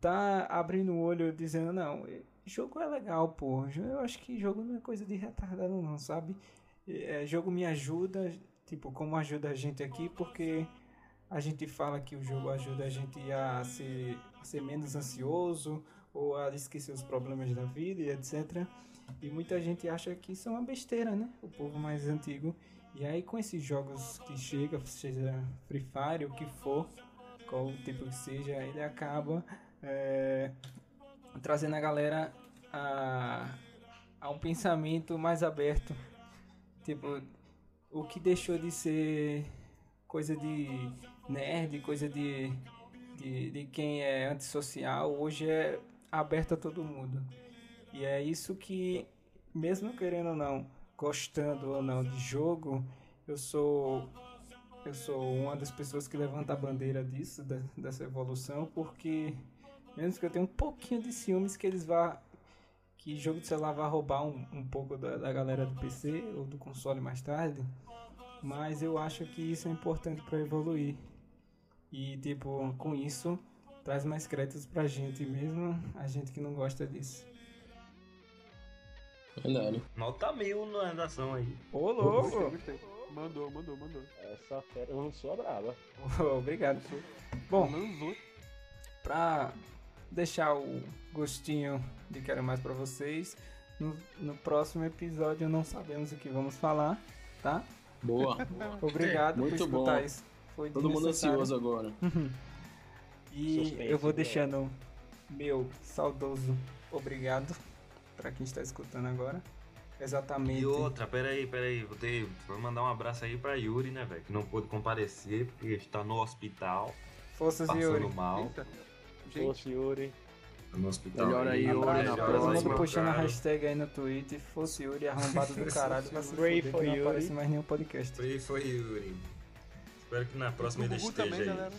tá abrindo o olho dizendo, não, jogo é legal, pô. Jo- Eu acho que jogo não é coisa de retardado, não, sabe? É, jogo me ajuda, tipo, como ajuda a gente aqui, porque a gente fala que o jogo ajuda a gente a ser, a ser menos ansioso ou a esquecer os problemas da vida e etc. E muita gente acha que isso é uma besteira, né? O povo mais antigo. E aí com esses jogos que chega, seja Free Fire, o que for, qual o tipo que seja, ele acaba é, trazendo a galera a, a um pensamento mais aberto. Tipo, o que deixou de ser coisa de nerd, coisa de, de, de quem é antissocial, hoje é aberto a todo mundo. E é isso que, mesmo querendo ou não, gostando ou não de jogo, eu sou eu sou uma das pessoas que levanta a bandeira disso, da, dessa evolução, porque mesmo que eu tenha um pouquinho de ciúmes que eles vá que jogo de celular vai roubar um, um pouco da, da galera do PC ou do console mais tarde, mas eu acho que isso é importante para evoluir. E tipo, com isso traz mais créditos pra gente mesmo, a gente que não gosta disso.
Verdade.
Nota mil na redação aí.
Ô, louco!
Gostei, gostei. Mandou, mandou, mandou.
Essa fera lançou a braba.
(laughs) Obrigado. Bom,
Lanzou.
pra deixar o gostinho de quero mais pra vocês, no, no próximo episódio não sabemos o que vamos falar, tá?
(laughs) Boa.
Obrigado
Muito
por escutar
bom.
isso. Foi
Todo mundo
desnecessário.
ansioso agora.
E
Suspense,
eu vou
né?
deixando meu saudoso obrigado pra quem está escutando agora. Exatamente.
E outra, peraí, peraí, vou, ter, vou mandar um abraço aí pra Yuri, né, velho? Que não pôde comparecer porque está no hospital,
Forças
passando
Yuri.
mal.
Eita.
Ô,
Gente,
Yuri.
Tá No hospital.
Melhor aí, Yuri,
Melhor
na
aí,
Todo
próxima,
mundo
meu
postando a
cara.
hashtag aí no Twitter. Fosse Yuri
(laughs)
arrombado do caralho. Vai se fuder,
Pray
que
for
não
Yuri.
aparece mais nenhum podcast.
Foi, foi Yuri. Espero que na próxima
o
ele
Gugu
esteja
também,
aí.
galera.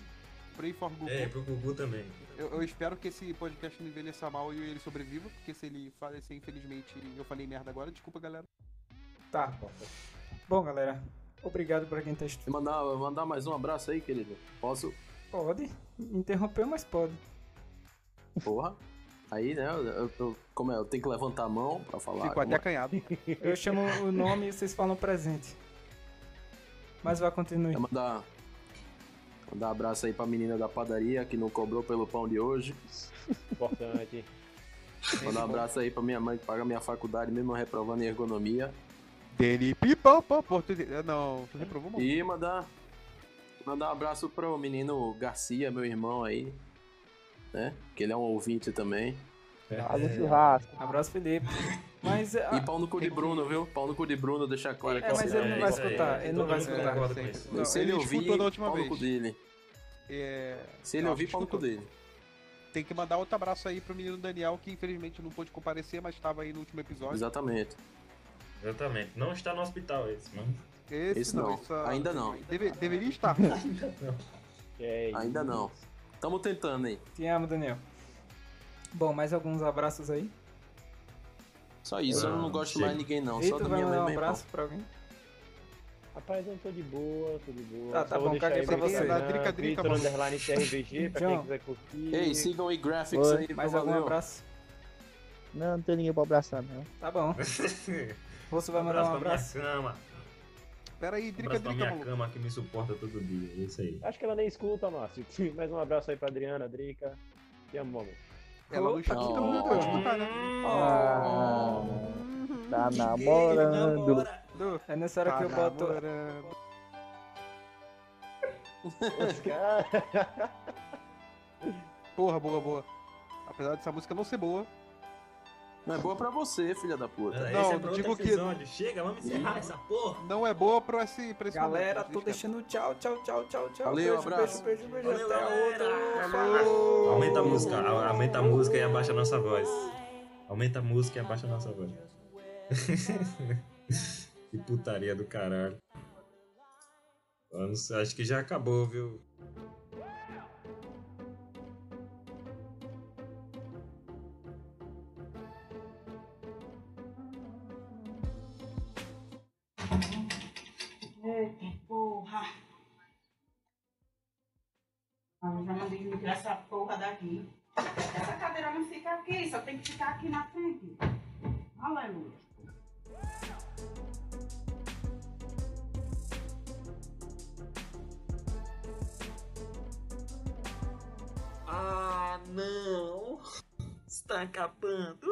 Pray for Gugu.
É, pro Gugu também.
Eu, eu espero que esse podcast não envelheça mal e ele sobreviva, porque se ele falecer, infelizmente, eu falei merda agora, desculpa, galera.
Tá. Bom, galera. Obrigado pra quem tá
Você
estudando.
Mandar, mandar mais um abraço aí, querido. Posso?
Pode. Interrompeu, mas pode.
Porra. Aí, né? Eu, eu- eu- como é? Eu tenho que levantar a mão pra falar. é.
Fico até
alguma-
acanhado.
Eu chamo o nome e vocês falam presente. Mas vai, continue.
É mandar, mandar um abraço aí pra menina da padaria que não cobrou pelo pão de hoje.
Importante.
Mandar um abraço aí pra minha mãe que paga minha faculdade, mesmo reprovando em ergonomia.
Dele pipa, pô, português. É, Não, tu reprovou mal.
E mandar, mandar um abraço pro menino Garcia, meu irmão aí. Né? Que ele é um ouvinte também.
É.
Faz um churrasco.
Abraço, Felipe. Mas ah,
E pau no cu de Bruno, viu? Pau no cu de Bruno, deixar claro
É, mas
você-
ele não vai
isso aí,
escutar,
é.
ele não vai
Todo mundo
escutar.
concorda com
Sempre.
isso.
Não,
Se ele,
ele
ouvir,
escutou da última
pau no
vez.
cu dele.
É,
Se ele
Não,
ouvir, pau no cu
escutou.
dele.
tem que mandar outro abraço aí pro menino Daniel, que infelizmente não pôde comparecer, mas tava aí no último episódio.
Exatamente.
Exatamente. Não está no hospital esse, mano.
Esse não.
é
Ainda não.
Deve- deveria estar.
É isso.
Ainda não. Tamo tentando aí.
Te amo, Daniel. Bom, mais alguns abraços aí.
Só isso, eu não gosto
chega.
mais de ninguém não.
Vitor,
Só da
vai
minha mãe
mandar um
mesmo.
abraço pra alguém?
Rapaz, eu tô de boa, tô de boa.
Tá, tá
Só vou
bom,
deixar
caguei
aí
pra
meu
você.
Instagram,
Drica, drica,
Vitor
mano.
underline TRVG, pra
João.
quem quiser curtir.
Ei, sigam aí Graphics
Oi.
aí,
Mais algum
valeu.
abraço?
Não, não tem ninguém pra abraçar, não.
Tá bom. Você vai mandar um abraço?
pra minha cama.
Pera aí,
Um
drica,
abraço pra
drica,
minha
maluco.
cama que me suporta todo dia. É isso aí.
Acho que ela nem escuta, Márcio. (laughs) Mais um abraço aí pra Adriana, Drica. Te amo, amor.
(laughs)
Ela não está aqui,
Não.
então não pode escutar, né?
Hum. Oh.
Ah, tá namorando.
É nessa hora que eu boto.
Tá, Namorando.
Os caras.
Porra, boa, boa. Apesar dessa música não ser boa,
Não é boa pra você, filha da puta.
Esse
Não,
é pra outro
digo que-
episódio. Chega, vamos encerrar essa porra.
não é boa pra esse, pra esse
Galera,
momento, né?
tô
gente.
deixando tchau, tchau, tchau, tchau,
é
tchau.
Valeu,
beijo,
abraço.
Beijo, beijo, beijo.
Valeu,
Até a outra.
galera.
Falou.
Aumenta a música, a- aumenta a música e abaixa a nossa voz. Aumenta a música e abaixa a nossa voz. (laughs) que putaria do caralho. Eu não sei, acho que já acabou, viu?
Eita, porra! Ah, já mandei me tirar essa porra daqui. Essa cadeira não fica aqui, só tem que ficar aqui na frente. Aleluia.
Tá acabando.